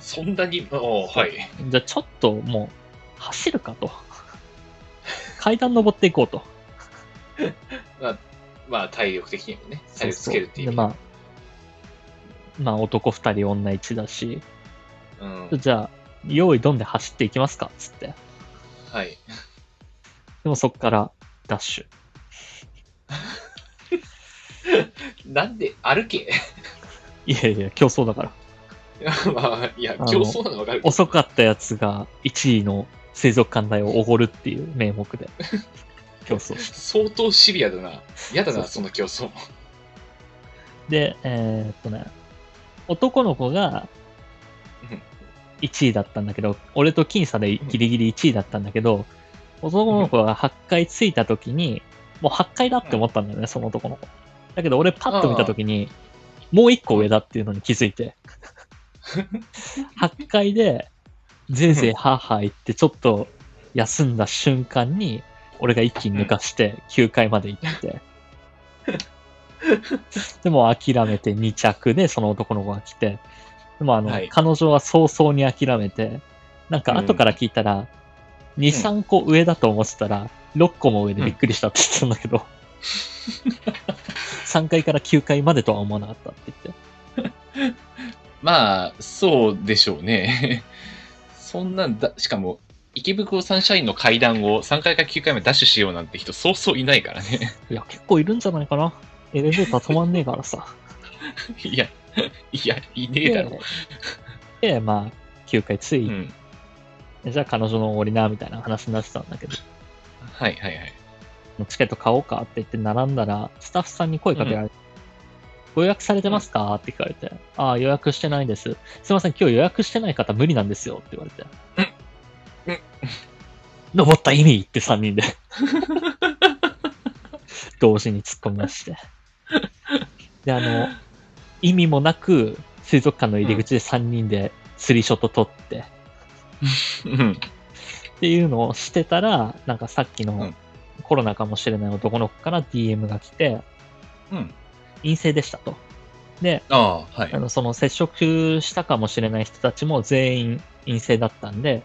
[SPEAKER 2] そんなに、ああ、はい。
[SPEAKER 1] じゃあちょっともう走るかと。階段登っていこうと。
[SPEAKER 2] まあ、体力的にもね、体
[SPEAKER 1] そう
[SPEAKER 2] 力
[SPEAKER 1] そ
[SPEAKER 2] つ
[SPEAKER 1] う
[SPEAKER 2] けるっていう
[SPEAKER 1] で
[SPEAKER 2] 意味。
[SPEAKER 1] まあ、まあ男2人女1だし、
[SPEAKER 2] うん
[SPEAKER 1] じゃあ、用意どんで走っていきますかっつって。
[SPEAKER 2] はい。
[SPEAKER 1] でもそっからダッシュ。
[SPEAKER 2] なんで、歩け。 [laughs]
[SPEAKER 1] いやいや、競争だから。
[SPEAKER 2] いやまあ、いや、
[SPEAKER 1] あの
[SPEAKER 2] 競争なのわかるけど。
[SPEAKER 1] 遅かったやつが1位の水族館代をおごるっていう名目で競争し
[SPEAKER 2] 相当シビアだな。嫌だ
[SPEAKER 1] そう
[SPEAKER 2] な、
[SPEAKER 1] そ
[SPEAKER 2] その競争も。
[SPEAKER 1] でえーっとね男の子が
[SPEAKER 2] うん
[SPEAKER 1] 1位だったんだけど俺と僅差でギリギリ1位だったんだけど男の子が8回ついた時にもう8回だって思ったんだよねその男の子だけど俺パッと見た時にもう1個上だっていうのに気づい [laughs] て8回でぜいぜいハーハー言ってちょっと休んだ瞬間に俺が一気に抜かして9回まで行って、でも諦めて2着でその男の子が来てでもあの、
[SPEAKER 2] はい
[SPEAKER 1] 彼女は早々に諦めてなんか後から聞いたら、23個上だと思ってたら6個も上でびっくりしたって言ってたんだけ
[SPEAKER 2] [laughs]
[SPEAKER 1] ど、3回から9回までとは思わなかったって言って
[SPEAKER 2] まあ、そうでしょうね。 [laughs] そんなんだ、しかも、池袋サンシャインの階段を3回から9回目ダッシュしようなんて人、そうそういないからね。 [laughs]
[SPEAKER 1] いや結構いるんじゃないかなエレベーター止まんねえからさ
[SPEAKER 2] いや、いや、いねえだろ。
[SPEAKER 1] ででまあ9回つ
[SPEAKER 2] う
[SPEAKER 1] い
[SPEAKER 2] ん。
[SPEAKER 1] じゃあ彼女のおごりなみたいな話になってたんだけど
[SPEAKER 2] はいはいはい。
[SPEAKER 1] チケット買おうかって言って並んだら、スタッフさんに声かけられて、ご予約されてますかって聞かれて、ああ、予約してないです。すいません、今日予約してない方無理なんですよって言われて
[SPEAKER 2] うんうん。
[SPEAKER 1] 登った意味って3人
[SPEAKER 2] [laughs]
[SPEAKER 1] で。同時に突っ込みまして。で、あの、意味もなく、水族館の入り口で3人でスリーショット撮って、
[SPEAKER 2] うん。
[SPEAKER 1] っていうのをしてたら、なんかさっき
[SPEAKER 2] う
[SPEAKER 1] の
[SPEAKER 2] ん
[SPEAKER 1] コロナかもしれない男の子から DM が来て、
[SPEAKER 2] うん。
[SPEAKER 1] 陰性でしたと。で、
[SPEAKER 2] ああ、はい
[SPEAKER 1] あ。のその接触したかもしれない人たちも全員陰性だったんで、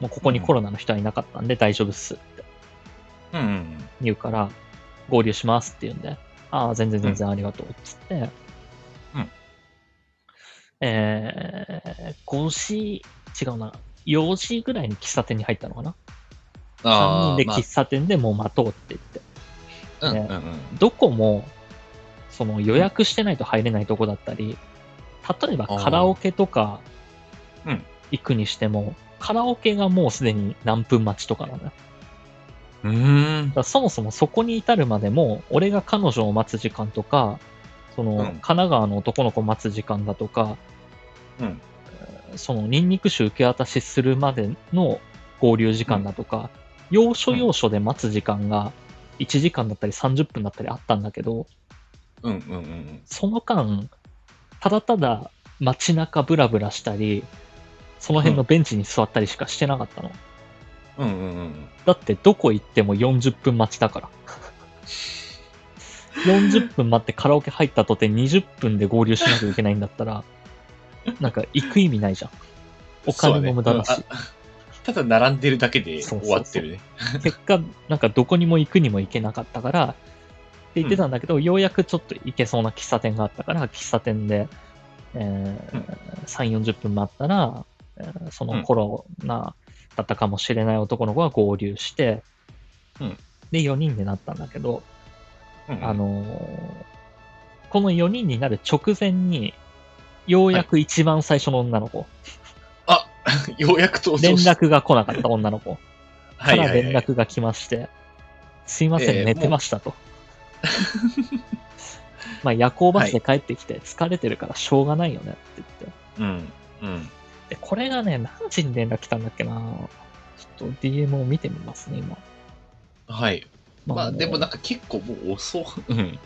[SPEAKER 1] もうここにコロナの人はいなかったんで大丈夫っすって
[SPEAKER 2] うんうん。
[SPEAKER 1] 言うから、合流しますって言うんで、ああ、全然全然ありがとうっつって、
[SPEAKER 2] うん
[SPEAKER 1] えー、5時、違うな、4時ぐらいに喫茶店に入ったのかな。3人
[SPEAKER 2] ああ、
[SPEAKER 1] で喫茶店でもう待とうって言って、
[SPEAKER 2] まあ、うん
[SPEAKER 1] ね
[SPEAKER 2] うんうん。
[SPEAKER 1] どこもその予約してないと入れないとこだったり、例えばカラオケとか
[SPEAKER 2] あーうん
[SPEAKER 1] 行くにしても、カラオケがもうすでに何分待ちとかなのよだか
[SPEAKER 2] うーん。
[SPEAKER 1] らそもそもそこに至るまでも、俺が彼女を待つ時間とか、その
[SPEAKER 2] うん
[SPEAKER 1] 神奈川の男の子を待つ時間だとか、
[SPEAKER 2] うん。
[SPEAKER 1] そのニンニク酒受け渡しするまでの合流時間だとか、要所要所で待つ時間が1時間だったり30分だったりあったんだけど、
[SPEAKER 2] うんうんうんうん。
[SPEAKER 1] その間、ただただ街中ブラブラしたり、その辺のベンチに座ったりしかしてなかったの。
[SPEAKER 2] うんうんうんうん。
[SPEAKER 1] だってどこ行っても40分待ちだ
[SPEAKER 2] [laughs]
[SPEAKER 1] から。40分待ってカラオケ入ったとて20分で合流しなきゃいけないんだったら、なんか行く意味ないじゃん。お金の無駄だし
[SPEAKER 2] そう。ねうんあただ並んでるだけで終わってるね。
[SPEAKER 1] 結果、なんかどこにも行くにも行けなかったから、って言ってたんだけど、ようやくちょっと行けそうな喫茶店があったから、喫茶店で、えー
[SPEAKER 2] うん
[SPEAKER 1] 3、40分待ったら、えーそのコロナだったかもしれない男の子が合流して、
[SPEAKER 2] うん
[SPEAKER 1] で、4人になったんだけど、
[SPEAKER 2] うん
[SPEAKER 1] あのーこの4人になる直前に、ようやく一番最初の女の子、
[SPEAKER 2] ようやく登
[SPEAKER 1] 連
[SPEAKER 2] 場した。
[SPEAKER 1] 絡が来なかった女の子
[SPEAKER 2] は
[SPEAKER 1] か
[SPEAKER 2] いは
[SPEAKER 1] ら
[SPEAKER 2] い
[SPEAKER 1] 連
[SPEAKER 2] はい。
[SPEAKER 1] 絡が来まして、すいませ
[SPEAKER 2] ええ
[SPEAKER 1] ん、寝てましたと。 [laughs] まあ夜行バスで帰ってきて、疲れてるからしょうがないよねって言って。
[SPEAKER 2] うん。うん。
[SPEAKER 1] で、これがね、何時に連絡来たんだっけなちょっと DM を見てみますね、今。
[SPEAKER 2] はい。まあ
[SPEAKER 1] の
[SPEAKER 2] でもなんか結構もう遅う。うん。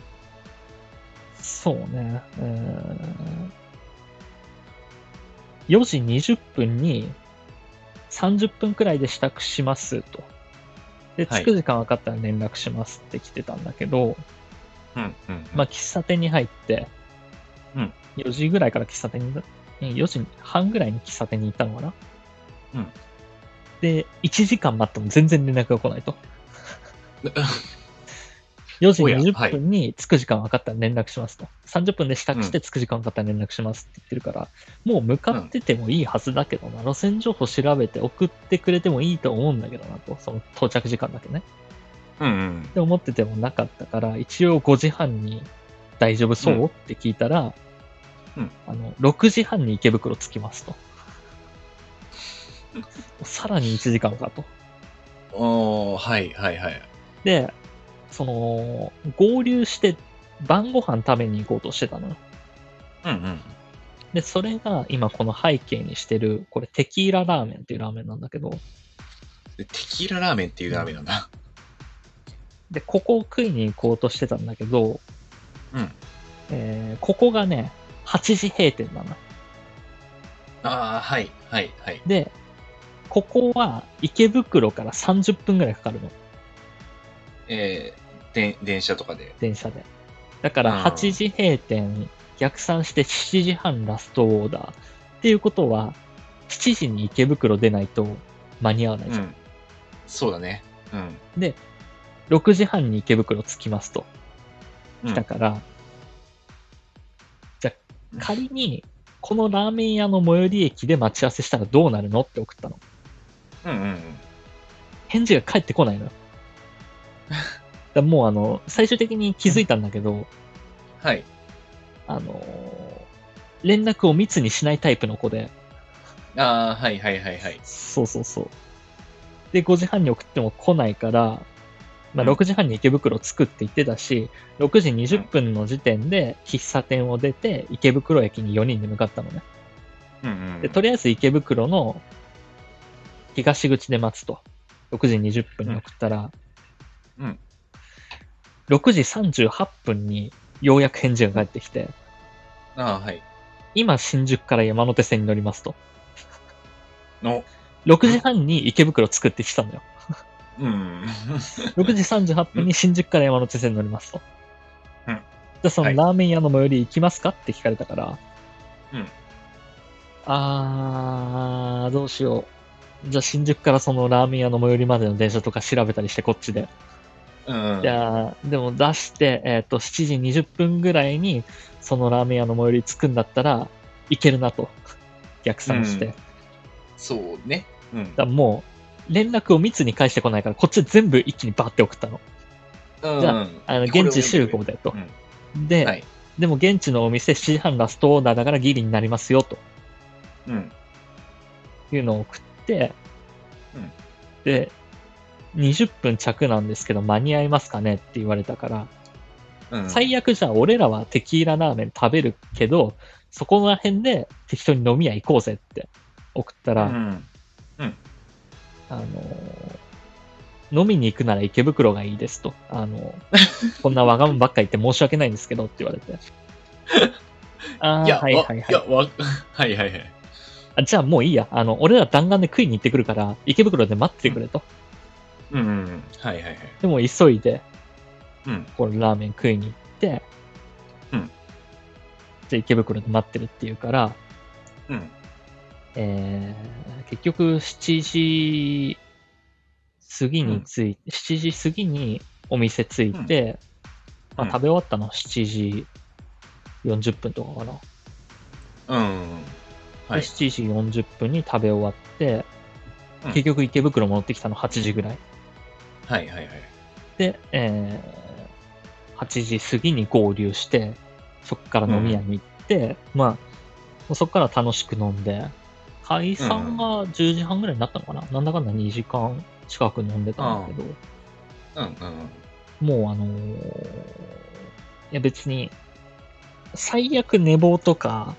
[SPEAKER 1] そうね。うーん4時20分に30分くらいで支度しますと。で、
[SPEAKER 2] はい
[SPEAKER 1] 着く時間分かったら連絡しますって来てたんだけど、
[SPEAKER 2] うん。うん。
[SPEAKER 1] まあ、喫茶店に入って、
[SPEAKER 2] うん
[SPEAKER 1] 4時ぐらいから喫茶店に、うん4時半ぐらいに喫茶店に行ったのかな。
[SPEAKER 2] うん
[SPEAKER 1] で、1時間待っても全然連絡が来ないと。4時
[SPEAKER 2] おやは
[SPEAKER 1] 20
[SPEAKER 2] い
[SPEAKER 1] 分に着く時間分かったら連絡しますと。30分で支度して着く時間分かったら連絡しますって言ってるから、もう向かっててもいいはずだけどな、路線情報調べて送ってくれてもいいと思うんだけどなと、その到着時間だけね。
[SPEAKER 2] うんうん。
[SPEAKER 1] って思っててもなかったから、一応5時半に大丈夫そう、
[SPEAKER 2] うん
[SPEAKER 1] って聞いたら、
[SPEAKER 2] うん
[SPEAKER 1] あの、6時半に池袋着きます
[SPEAKER 2] [laughs]
[SPEAKER 1] と。さらに1時間かと。
[SPEAKER 2] おー、はい、はい、はい。
[SPEAKER 1] で、その、合流して晩ご飯食べに行こうとしてたのよ。
[SPEAKER 2] うん、うん。
[SPEAKER 1] で、それが今この背景にしてる、これテキーララーメンっていうラーメンなんだけど、
[SPEAKER 2] でテキーララーメンっていうラーメンなんだ。
[SPEAKER 1] で、ここを食いに行こうとしてたんだけど、
[SPEAKER 2] うん。
[SPEAKER 1] えーここがね、8時閉店なの。
[SPEAKER 2] ああ、はい、はい、はい。
[SPEAKER 1] で、ここは池袋から30分ぐらいかかるの、
[SPEAKER 2] えー、で電車とかで。
[SPEAKER 1] 電車で。だか
[SPEAKER 2] うん
[SPEAKER 1] ら8時閉店、逆算して7時半ラストオーダー。っていうことは、7時に池袋出ないと間に合わないうじゃん。
[SPEAKER 2] ん。そうだね。うん。
[SPEAKER 1] 6時半に池袋着きますと。
[SPEAKER 2] うん
[SPEAKER 1] 来たから、じゃ
[SPEAKER 2] う
[SPEAKER 1] あ
[SPEAKER 2] ん
[SPEAKER 1] 仮に、このラーメン屋の最寄り駅で待ち合わせしたらどうなるのって送ったの。
[SPEAKER 2] うんうんうん。
[SPEAKER 1] 返事が返ってこないの
[SPEAKER 2] [laughs]
[SPEAKER 1] よ。だからもうあの、最終的に気づいたんだけど、
[SPEAKER 2] はい。
[SPEAKER 1] あのー連絡を密にしないタイプの子で、
[SPEAKER 2] ああ、はいはいはいはい。
[SPEAKER 1] そうそうそう。で、5時半に送っても来ないから、まあ、
[SPEAKER 2] うん
[SPEAKER 1] 6時半に池袋着くって言ってたし、6時20分の時点で喫茶店を出て、池袋駅に4人で向かったのね。
[SPEAKER 2] うんうんうん。
[SPEAKER 1] で、とりあえず池袋の東口で待つと。6時20分に送ったら、
[SPEAKER 2] うんうん
[SPEAKER 1] 6時38分にようやく返事が返ってきて、
[SPEAKER 2] ああ、はい。
[SPEAKER 1] 今新宿から山手線に乗りますと。
[SPEAKER 2] の、
[SPEAKER 1] 6時半に池袋着くって言ってたんだよ。
[SPEAKER 2] うんうん。 [laughs]
[SPEAKER 1] 6時38分に新宿から山手線に乗りますと。
[SPEAKER 2] うん
[SPEAKER 1] じゃあそ
[SPEAKER 2] は
[SPEAKER 1] の
[SPEAKER 2] い
[SPEAKER 1] ラーメン屋の最寄り行きますかって聞かれたから。
[SPEAKER 2] うん
[SPEAKER 1] あー、どうしよう。じゃあ新宿からそのラーメン屋の最寄りまでの電車とか調べたりしてこっちで。
[SPEAKER 2] うんうん。
[SPEAKER 1] じゃあ、でも出して、えっ、と、7時20分ぐらいにそのラーメン屋の最寄り着くんだったらいけるなと。逆算して。
[SPEAKER 2] うんそうね。うん。
[SPEAKER 1] だからもう、連絡を密に返してこないから、こっち全部一気にバーって送ったの。
[SPEAKER 2] うん
[SPEAKER 1] じゃあの、現地集合
[SPEAKER 2] で。
[SPEAKER 1] でと
[SPEAKER 2] う。ん。
[SPEAKER 1] で、
[SPEAKER 2] はい
[SPEAKER 1] でも現地のお店7時半ラストオーダーだからギリになりますよと
[SPEAKER 2] うん。
[SPEAKER 1] いうのを送って、
[SPEAKER 2] うん
[SPEAKER 1] で、20分着なんですけど間に合いますかねって言われたから、
[SPEAKER 2] うん。
[SPEAKER 1] 最悪じゃあ俺らはテキーララーメン食べるけど、そこら辺で適当に飲み屋行こうぜって送ったら、
[SPEAKER 2] うん。
[SPEAKER 1] あのー飲みに行くなら池袋がいいですと。あの
[SPEAKER 2] [laughs]
[SPEAKER 1] ーこんなわがままばっか言って申し訳ないんですけどって言われて。ああ、
[SPEAKER 2] いや、
[SPEAKER 1] はいはい
[SPEAKER 2] わ
[SPEAKER 1] はい。
[SPEAKER 2] や、わ、 [laughs] はいはいはい。
[SPEAKER 1] あじゃあもういいや。あの、俺ら弾丸で食いに行ってくるから、池袋で待っててくれと。
[SPEAKER 2] うんうんうん。はいはいはい。
[SPEAKER 1] でも急いで、
[SPEAKER 2] うん。
[SPEAKER 1] このラーメン食いに行って、
[SPEAKER 2] うん
[SPEAKER 1] じゃあ池袋で待ってるっていうから、
[SPEAKER 2] うん。
[SPEAKER 1] えー、結局7時過ぎに着いて、7時過ぎにお店着いて、
[SPEAKER 2] うん
[SPEAKER 1] まあ、食べ終わったの7時40分とかかな。
[SPEAKER 2] うん。はい
[SPEAKER 1] で。7時40分に食べ終わって、
[SPEAKER 2] うん
[SPEAKER 1] 結局池袋戻ってきたの8時ぐらい。
[SPEAKER 2] はいはいはい。
[SPEAKER 1] で、えー8時過ぎに合流して、そこから飲み屋に行って、まあ、もうそこから楽しく飲んで、解散が10時半ぐらいになったのかな、なんだかんだ2時間近く飲んでたんだけど、
[SPEAKER 2] うんうん
[SPEAKER 1] もうあのーいや別に、最悪寝坊とか、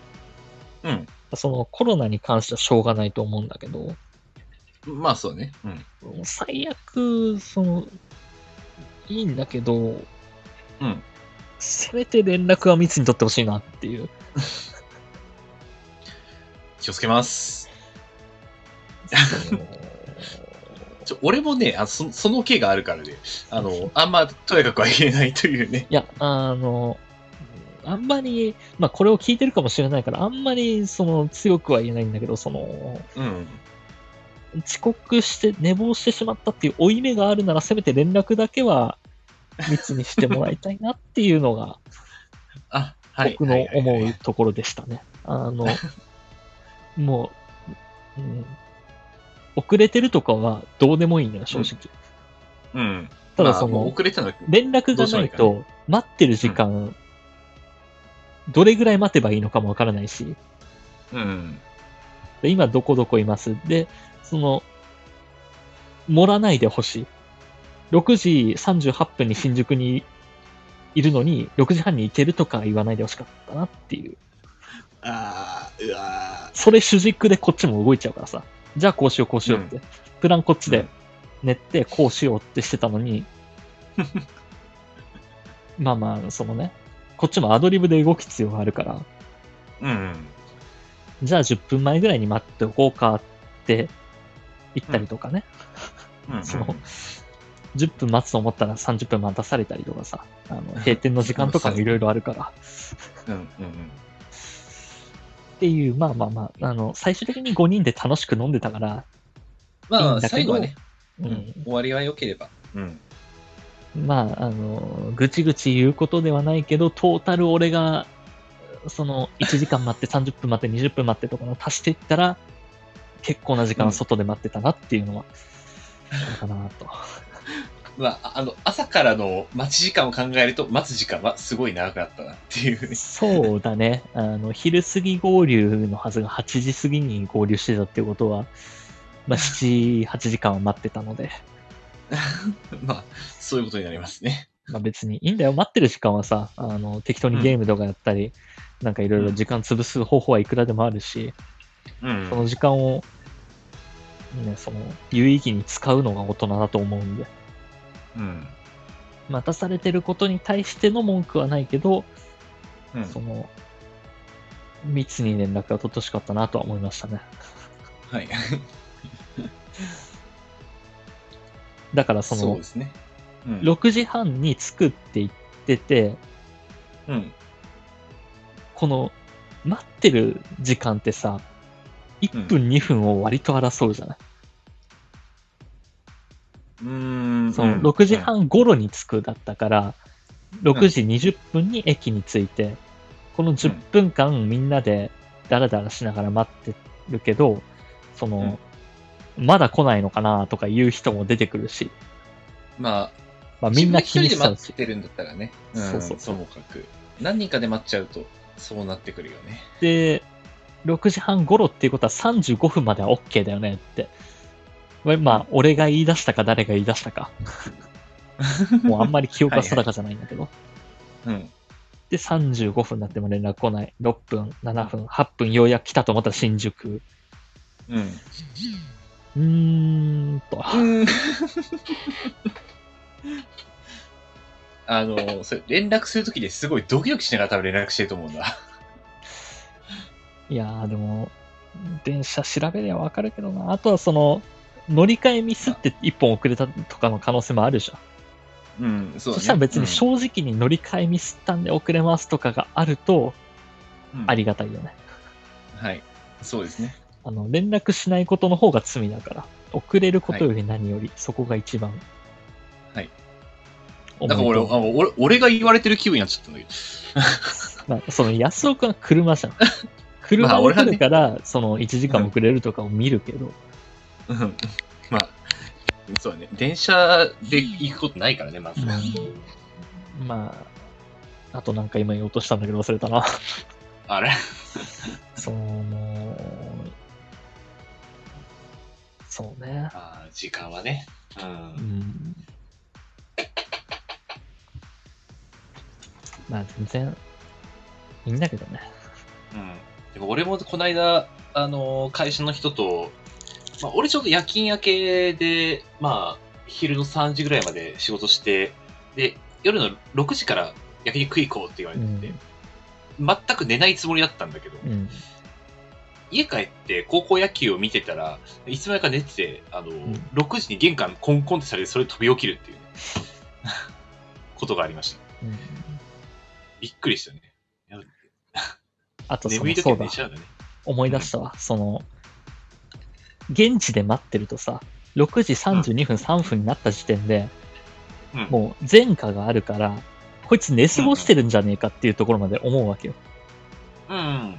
[SPEAKER 2] うん。
[SPEAKER 1] そのコロナに関してはしょうがないと思うんだけど、
[SPEAKER 2] うん。まあそうね。うん。
[SPEAKER 1] 最悪、その、いいんだけど、
[SPEAKER 2] うん。
[SPEAKER 1] せめて連絡は密に取ってほしいなっていう。
[SPEAKER 2] 気をつけます。
[SPEAKER 1] その
[SPEAKER 2] ちょ俺もねあそ、その毛があるからね、あの、あんま、とやかくは言えないというね。
[SPEAKER 1] [laughs] いや、あの、あんまり、まあこれを聞いてるかもしれないから、あんまりその強くは言えないんだけど、その、
[SPEAKER 2] うん。
[SPEAKER 1] 遅刻して寝坊してしまったっていう負い目があるなら、せめて連絡だけは密にしてもらいたいなっていうのが、
[SPEAKER 2] あ、 [laughs] はい。
[SPEAKER 1] 僕の思
[SPEAKER 2] はいは
[SPEAKER 1] う
[SPEAKER 2] い
[SPEAKER 1] ところでしたね。あの、もう、うん、遅れてるとかはどうでもいいんだよ、正直。
[SPEAKER 2] うん。
[SPEAKER 1] ただ
[SPEAKER 2] まあ
[SPEAKER 1] その、
[SPEAKER 2] もう遅れたのは、
[SPEAKER 1] 連絡がない
[SPEAKER 2] どうしようも
[SPEAKER 1] と、待ってる時間、どれぐらい待てばいいのかもわからないし、
[SPEAKER 2] うん。
[SPEAKER 1] で今どこどこいます。で、その、盛らないでほしい。6時38分に新宿にいるのに、6時半に行けるとか言わないでほしかったなっていう。
[SPEAKER 2] ああ、うわ
[SPEAKER 1] それ主軸でこっちも動いちゃうからさ。じゃあこうしようこうしようって。プランこっちで練ってこうしようってしてたのに。 [laughs] まあまあ、そのね。こっちもアドリブで動く必要があるから。
[SPEAKER 2] うん。
[SPEAKER 1] じゃあ10分前ぐらいに待っておこうかって言ったりとかね。
[SPEAKER 2] うん。
[SPEAKER 1] その10分待つと思ったら30分待たされたりとかさ。あの閉店の時間とかもいろいろあるから。
[SPEAKER 2] うん。うん。
[SPEAKER 1] っていう、まあまあまあ、あの、最終的に5人で楽しく飲んでたから。
[SPEAKER 2] ま
[SPEAKER 1] いいんだ
[SPEAKER 2] あ、
[SPEAKER 1] けど
[SPEAKER 2] 最後はね、
[SPEAKER 1] う
[SPEAKER 2] うん
[SPEAKER 1] ん、
[SPEAKER 2] 終わりは良ければ。うん。
[SPEAKER 1] まあ、あの、ぐちぐち言うことではないけど、トータル俺が、その、1時間待って、30分待って、20分待ってとかの足していったら、結構な時間は外で待ってたなっていうのは、あるかなと。
[SPEAKER 2] まあ、あの、朝からの待ち時間を考えると、待つ時間はすごい長くなったなっていう [laughs] ね。
[SPEAKER 1] そうだね。 [laughs] あの、昼過ぎ合流のはずが8時過ぎに合流してたっていうことは、まあ、7、8時間は待ってたので、
[SPEAKER 2] まあ、そういうことになりますね。
[SPEAKER 1] まあ別にいいんだよ。待ってる時間はさ、あの、適当にゲームとかやったり、なんかいろいろ時間潰す方法はいくらでもあるし、
[SPEAKER 2] うん
[SPEAKER 1] その時間を、ね、その、有意義に使うのが大人だと思うんで、
[SPEAKER 2] うん。
[SPEAKER 1] 待たされてることに対しての文句はないけど、
[SPEAKER 2] うん
[SPEAKER 1] その、密に連絡が取ってほしかったなとは思いましたね。
[SPEAKER 2] はい。
[SPEAKER 1] だからそ
[SPEAKER 2] [laughs] そう
[SPEAKER 1] の
[SPEAKER 2] で、すね。うん。
[SPEAKER 1] 6時半に着くって言ってて、
[SPEAKER 2] うん。
[SPEAKER 1] この、待ってる時間ってさ、1分2分を割と争うじゃない、
[SPEAKER 2] うーん。
[SPEAKER 1] その
[SPEAKER 2] うん
[SPEAKER 1] 6時。半頃に着くだったから、6時20分に駅に着いて、この10分間みんなでダラダラしながら待ってるけど、その、まだ来ないのかなとか言う人も出てくるし、
[SPEAKER 2] まあ、
[SPEAKER 1] まあ、み
[SPEAKER 2] み
[SPEAKER 1] ん
[SPEAKER 2] ん
[SPEAKER 1] な
[SPEAKER 2] な
[SPEAKER 1] 気
[SPEAKER 2] 一
[SPEAKER 1] にし
[SPEAKER 2] 人で
[SPEAKER 1] ちゃう
[SPEAKER 2] 待
[SPEAKER 1] し
[SPEAKER 2] っ。てるんだったらね。
[SPEAKER 1] そうそう
[SPEAKER 2] ともかく。何人かで待っちゃうと、そうなってくるよね。
[SPEAKER 1] で、6時半頃っていうことは35分までは OK だよねって。まあまあ、俺が言い出したか誰が言い出したか。もうあんまり記憶は定かじゃないんだけど。
[SPEAKER 2] [laughs] うん。
[SPEAKER 1] で、35分になっても連絡来ない。6分、7分、8分、ようやく来たと思ったら新宿。
[SPEAKER 2] うん。
[SPEAKER 1] うーんと。
[SPEAKER 2] うん [laughs] あの、それ連絡するときですごいドキドキしながら多分連絡してると思うんだ。 [laughs]
[SPEAKER 1] いやー、でも、電車調べりゃわかるけどな。あとはその、乗り換えミスって1本遅れたとかの可能性もあるじゃん。
[SPEAKER 2] うん、そ
[SPEAKER 1] そう
[SPEAKER 2] だね。
[SPEAKER 1] したら別に
[SPEAKER 2] ょ、
[SPEAKER 1] 正直に乗り換えミスったんで遅れますとかがあると、
[SPEAKER 2] うん
[SPEAKER 1] ありがたいよね。
[SPEAKER 2] はい。そうですね。
[SPEAKER 1] あの、連絡しないことの方が罪だから。遅れることより何より、そこが一番。
[SPEAKER 2] はい。
[SPEAKER 1] 重い
[SPEAKER 2] だから俺、あ
[SPEAKER 1] と
[SPEAKER 2] 俺俺が言われてる気分になっちゃったんだけど。
[SPEAKER 1] まあ、その安岡は車じゃん。車で来るから、その1時間遅れるとかを見るけど、
[SPEAKER 2] [laughs] うんまあ、そうだね。電車で行くことないからね、まず。
[SPEAKER 1] まあ、あとなんか今言おうとしたんだけど忘れたな。
[SPEAKER 2] あれ
[SPEAKER 1] その、そうね。
[SPEAKER 2] あー時間はね。う。
[SPEAKER 1] うんん。まあ全然、いいんだけどね。
[SPEAKER 2] うん。でも俺もこの間、あのー会社の人と、まあ、俺ちょうど夜勤明けで、まあ、昼の3時ぐらいまで仕事して、で、夜の6時から焼肉食い行こうって言われてて、全く寝ないつもりだったんだけど、
[SPEAKER 1] うん。
[SPEAKER 2] 家帰って高校野球を見てたら、いつまでか寝てて、あの、
[SPEAKER 1] ん
[SPEAKER 2] 6時に玄関コンコンってされて、それで飛び起きる
[SPEAKER 1] [laughs]
[SPEAKER 2] っていう、ね、ことがありました。
[SPEAKER 1] うん
[SPEAKER 2] びっくりしたね。いや
[SPEAKER 1] あとそ
[SPEAKER 2] 眠
[SPEAKER 1] の、
[SPEAKER 2] い時
[SPEAKER 1] そ
[SPEAKER 2] は
[SPEAKER 1] うだ
[SPEAKER 2] 寝、ちゃうんだね。
[SPEAKER 1] 思い出したわ。その、現地で待ってるとさ、6時32分、3分になった時点で、
[SPEAKER 2] うん
[SPEAKER 1] もう前科があるから、こいつ寝過ごしてるんじゃねえかっていうところまで思うわけよ。
[SPEAKER 2] うん。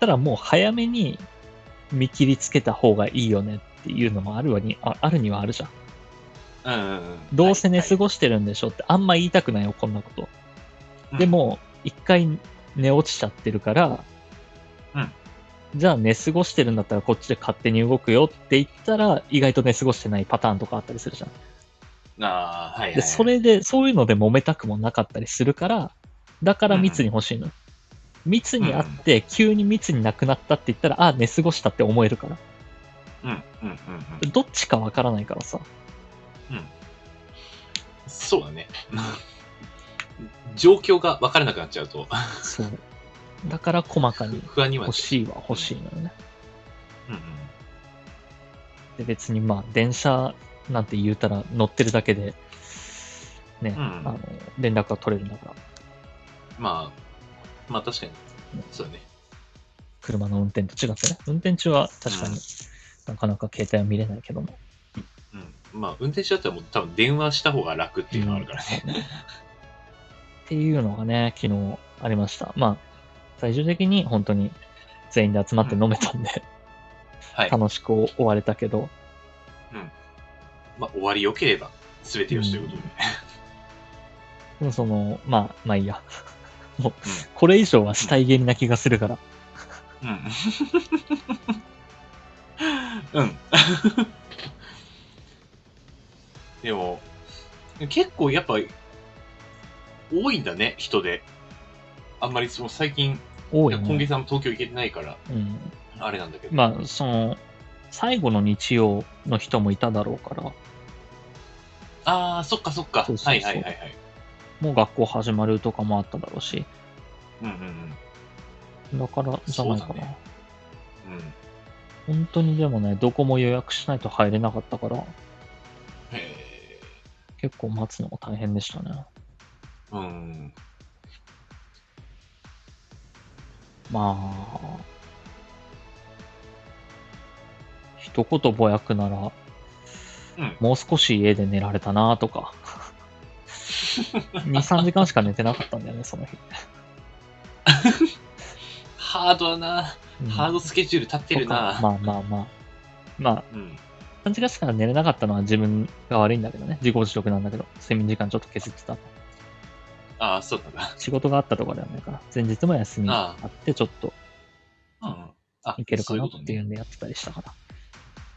[SPEAKER 1] ただもう早めに見切りつけた方がいいよねっていうのもあるわに、ああるにはあるじゃん。
[SPEAKER 2] うんうんん。
[SPEAKER 1] どうせ寝
[SPEAKER 2] はいは
[SPEAKER 1] 過
[SPEAKER 2] い
[SPEAKER 1] ごしてるんでしょってあんま言いたくないよ、こんなこと。でも、一回寝落ちちゃってるから、
[SPEAKER 2] うん
[SPEAKER 1] じゃあ寝過ごしてるんだったらこっちで勝手に動くよって言ったら、意外と寝過ごしてないパターンとかあったりするじゃん。
[SPEAKER 2] ああ、はい、はいはい。
[SPEAKER 1] で、それで、そういうので揉めたくもなかったりするから、だから密に欲しいの。密にあって、急に密になくなったって言ったら、あ、寝過ごしたって思えるから。
[SPEAKER 2] うん、うん、うん、うん。
[SPEAKER 1] どっちかわからないからさ。
[SPEAKER 2] そうだね。 [laughs] 状況が分からなくなっちゃうと、 [laughs]
[SPEAKER 1] そう。だから細かに
[SPEAKER 2] 不安には
[SPEAKER 1] 欲しいは欲しいのよね。
[SPEAKER 2] うんうん。
[SPEAKER 1] で、別にまあ、電車なんて言うたら乗ってるだけで、ね、
[SPEAKER 2] うん
[SPEAKER 1] あの、連絡が取れるんだから、
[SPEAKER 2] まあ、まあ確かに。そうだね。
[SPEAKER 1] 車の運転と違ってね。運転中は確か
[SPEAKER 2] う
[SPEAKER 1] に
[SPEAKER 2] ん
[SPEAKER 1] なかなか携帯は見れないけども。
[SPEAKER 2] うん。まあ、運転手だったらもう多分電話した方が楽っていうのがあるからね。
[SPEAKER 1] っていうのがね、昨日ありました。まあ、最終的に本当に全員で集まって飲めたんで、
[SPEAKER 2] はい。
[SPEAKER 1] 楽しく終われたけど、
[SPEAKER 2] まあ、終わり良ければ全てよしということで。
[SPEAKER 1] でもその、まあ、まあいいや。もう、これ以上は死体気味な気がするから、
[SPEAKER 2] うん。 [laughs] うん。でも、結構やっぱ、多いんだね、人で。あんまりその最近、
[SPEAKER 1] 多いね。
[SPEAKER 2] 今月あんま東京行けてないから、
[SPEAKER 1] うん。
[SPEAKER 2] あれなんだけど。
[SPEAKER 1] まあ、その、最後の日曜の人もいただろうから、
[SPEAKER 2] ああ、そっかそっか。
[SPEAKER 1] そうそうそう
[SPEAKER 2] はいはいはいはい。
[SPEAKER 1] もう学校始まるとかもあっただろうし、
[SPEAKER 2] うんうん
[SPEAKER 1] だからじゃないか
[SPEAKER 2] そ
[SPEAKER 1] な。
[SPEAKER 2] うだねうん。うん。
[SPEAKER 1] 本当にでもね、どこも予約しないと入れなかったから、
[SPEAKER 2] へー
[SPEAKER 1] 結構待つのも大変でしたね。
[SPEAKER 2] うん。
[SPEAKER 1] まあ、一言ぼやくなら、
[SPEAKER 2] うん
[SPEAKER 1] もう少し家で寝られたなと
[SPEAKER 2] [laughs]
[SPEAKER 1] か、2、3時間しか寝てなかったんだよね、その日。
[SPEAKER 2] ハードだな。
[SPEAKER 1] うん
[SPEAKER 2] ハードスケジュール立ってる
[SPEAKER 1] と
[SPEAKER 2] な。
[SPEAKER 1] かまあまあまあ。まあ、
[SPEAKER 2] うん。
[SPEAKER 1] 3時間しか寝れなかったのは自分が悪いんだけどね。自業自得なんだけど、睡眠時間ちょっと削ってた。
[SPEAKER 2] ああ、そうだな。
[SPEAKER 1] 仕事があったとかではないから、前日も休みあ
[SPEAKER 2] あ
[SPEAKER 1] って、ちょっと
[SPEAKER 2] うん。あ、
[SPEAKER 1] いけるかなっ
[SPEAKER 2] そ
[SPEAKER 1] ていう
[SPEAKER 2] うこ
[SPEAKER 1] んでやってたりしたから。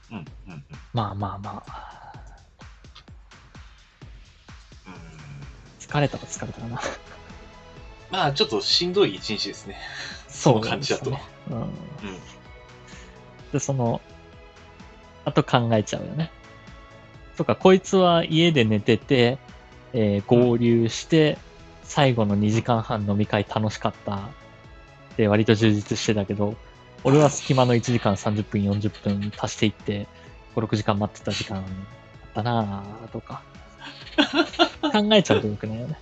[SPEAKER 2] とね。うんうんうん。
[SPEAKER 1] まあまあまあ、
[SPEAKER 2] うん
[SPEAKER 1] 疲れたら疲れたかな。
[SPEAKER 2] まあ、ちょっとしんどい一日ですね。
[SPEAKER 1] そ
[SPEAKER 2] の感じだと
[SPEAKER 1] うですね。うん。で、その、あと考えちゃうよね。とか、こいつは家で寝てて、えー合流して、最後の2時間半飲み会楽しかった。で、割と充実してたけど、俺は隙間の1時間30分、40分足していって、5、6時間待ってた時間だったなぁとか。考えちゃうとよくないよね。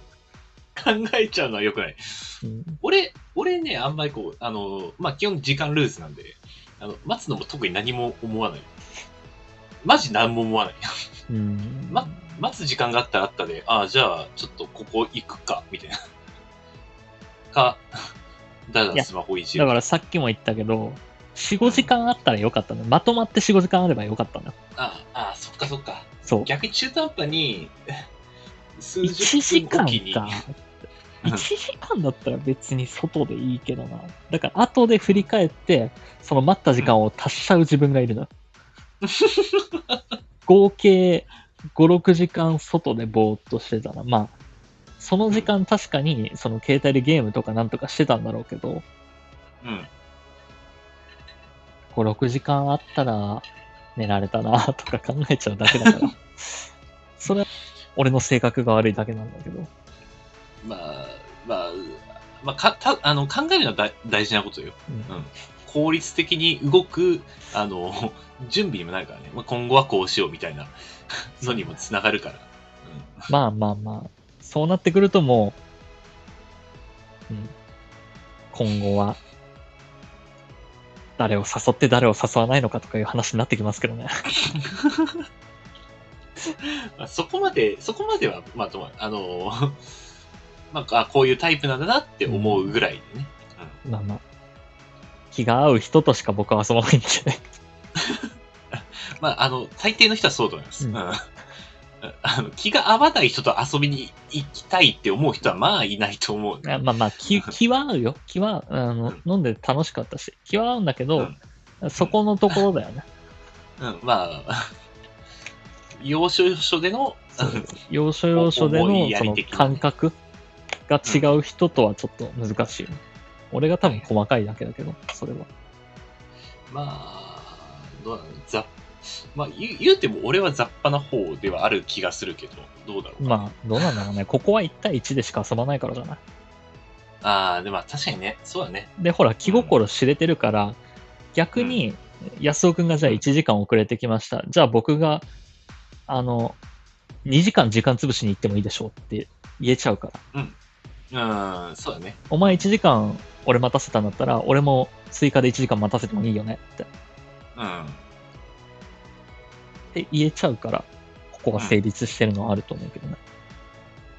[SPEAKER 2] 考えちゃうのは良くない。
[SPEAKER 1] うん、
[SPEAKER 2] 俺、俺ね、あんまりこう、あの、まあ、基本時間ルーズなんで、あの、待つのも特に何も思わない。マジ何も思わない。 [laughs]
[SPEAKER 1] うん。
[SPEAKER 2] ま待つ時間があったらあったで、ああ、じゃあ、ちょっとここ行くか、みたいな。 [laughs] か、 [laughs] だらだらスマホいじ
[SPEAKER 1] だ
[SPEAKER 2] る。
[SPEAKER 1] からさっきも言ったけど、4、5時間あったらよかったね。まとまって4、5時間あればよかったんだ。
[SPEAKER 2] ああ、ああ、そっかそっか。
[SPEAKER 1] そう。
[SPEAKER 2] 逆に中途半端に、 [laughs] 数
[SPEAKER 1] 1時
[SPEAKER 2] 十分
[SPEAKER 1] 間
[SPEAKER 2] おきに。
[SPEAKER 1] か。
[SPEAKER 2] うん
[SPEAKER 1] 1時間だったら別に外でいいけどな。だから後で振り返って、その待った時間を足しちゃう自分がいるの。合計5、6時間外でぼーっとしてたな。まあ、その時間確かにその携帯でゲームとかなんとかしてたんだろうけど、
[SPEAKER 2] うん。
[SPEAKER 1] 5、6時間あったら寝られたなとか考えちゃうだけだから。それは俺の性格が悪いだけなんだけど。
[SPEAKER 2] まあ、まあ、まあ、かたあの考えるのは大大事なことよ。
[SPEAKER 1] うん
[SPEAKER 2] 効率的に動く、あの、準備にもなるからね。まあ、今後はこうしようみたいなのにもつながるから。うん
[SPEAKER 1] まあまあまあ、そうなってくるともう、うん、今後は、誰を誘って誰を誘わないのかとかいう話になってきますけどね。
[SPEAKER 2] まあ、そこまで、そこまでは、まあ、ともあの、まあ、あこういうタイプなんだなって思うぐらいでね。
[SPEAKER 1] まあまあ、気が合う人としか僕は遊ばないんで、
[SPEAKER 2] まあ、あの、大抵の人はそうだと思います。
[SPEAKER 1] うん
[SPEAKER 2] うんあの、気が合わない人と遊びに行きたいって思う人はまあいないと思う。
[SPEAKER 1] あまあまあ、気気は合うよ。気は、あの、飲んで楽しかったし、気は合うんだけど、そこのところだよね。
[SPEAKER 2] うん、まあ、 [laughs] 要所要所での、うん
[SPEAKER 1] 要所要所で
[SPEAKER 2] 思
[SPEAKER 1] の
[SPEAKER 2] いや
[SPEAKER 1] そ
[SPEAKER 2] り
[SPEAKER 1] の
[SPEAKER 2] 的なね
[SPEAKER 1] 感覚が違う人とはちょっと難しいよね。俺が多分細かいだけだけど、それは。
[SPEAKER 2] まあ、どうなのざまあ、言う言うても俺は雑把な方ではある気がするけど、どうだろう。
[SPEAKER 1] まあ、どうなんだろうね。ここは1対1でしか遊ばないからじゃない。
[SPEAKER 2] ああ、でもまあ確かにね、そうだね。
[SPEAKER 1] で、ほら、気心知れてるから、逆に、安尾くんがじゃあ1時間遅れてきました。じゃあ僕が、あの、2時間時間潰しに行ってもいいでしょうって言えちゃうから。
[SPEAKER 2] うん、そうだね。
[SPEAKER 1] お前1時間俺待たせたんだったら、俺も追加で1時間待たせてもいいよねって
[SPEAKER 2] うん。
[SPEAKER 1] って言えちゃうから、ここが成立してるのはあると思うけどね。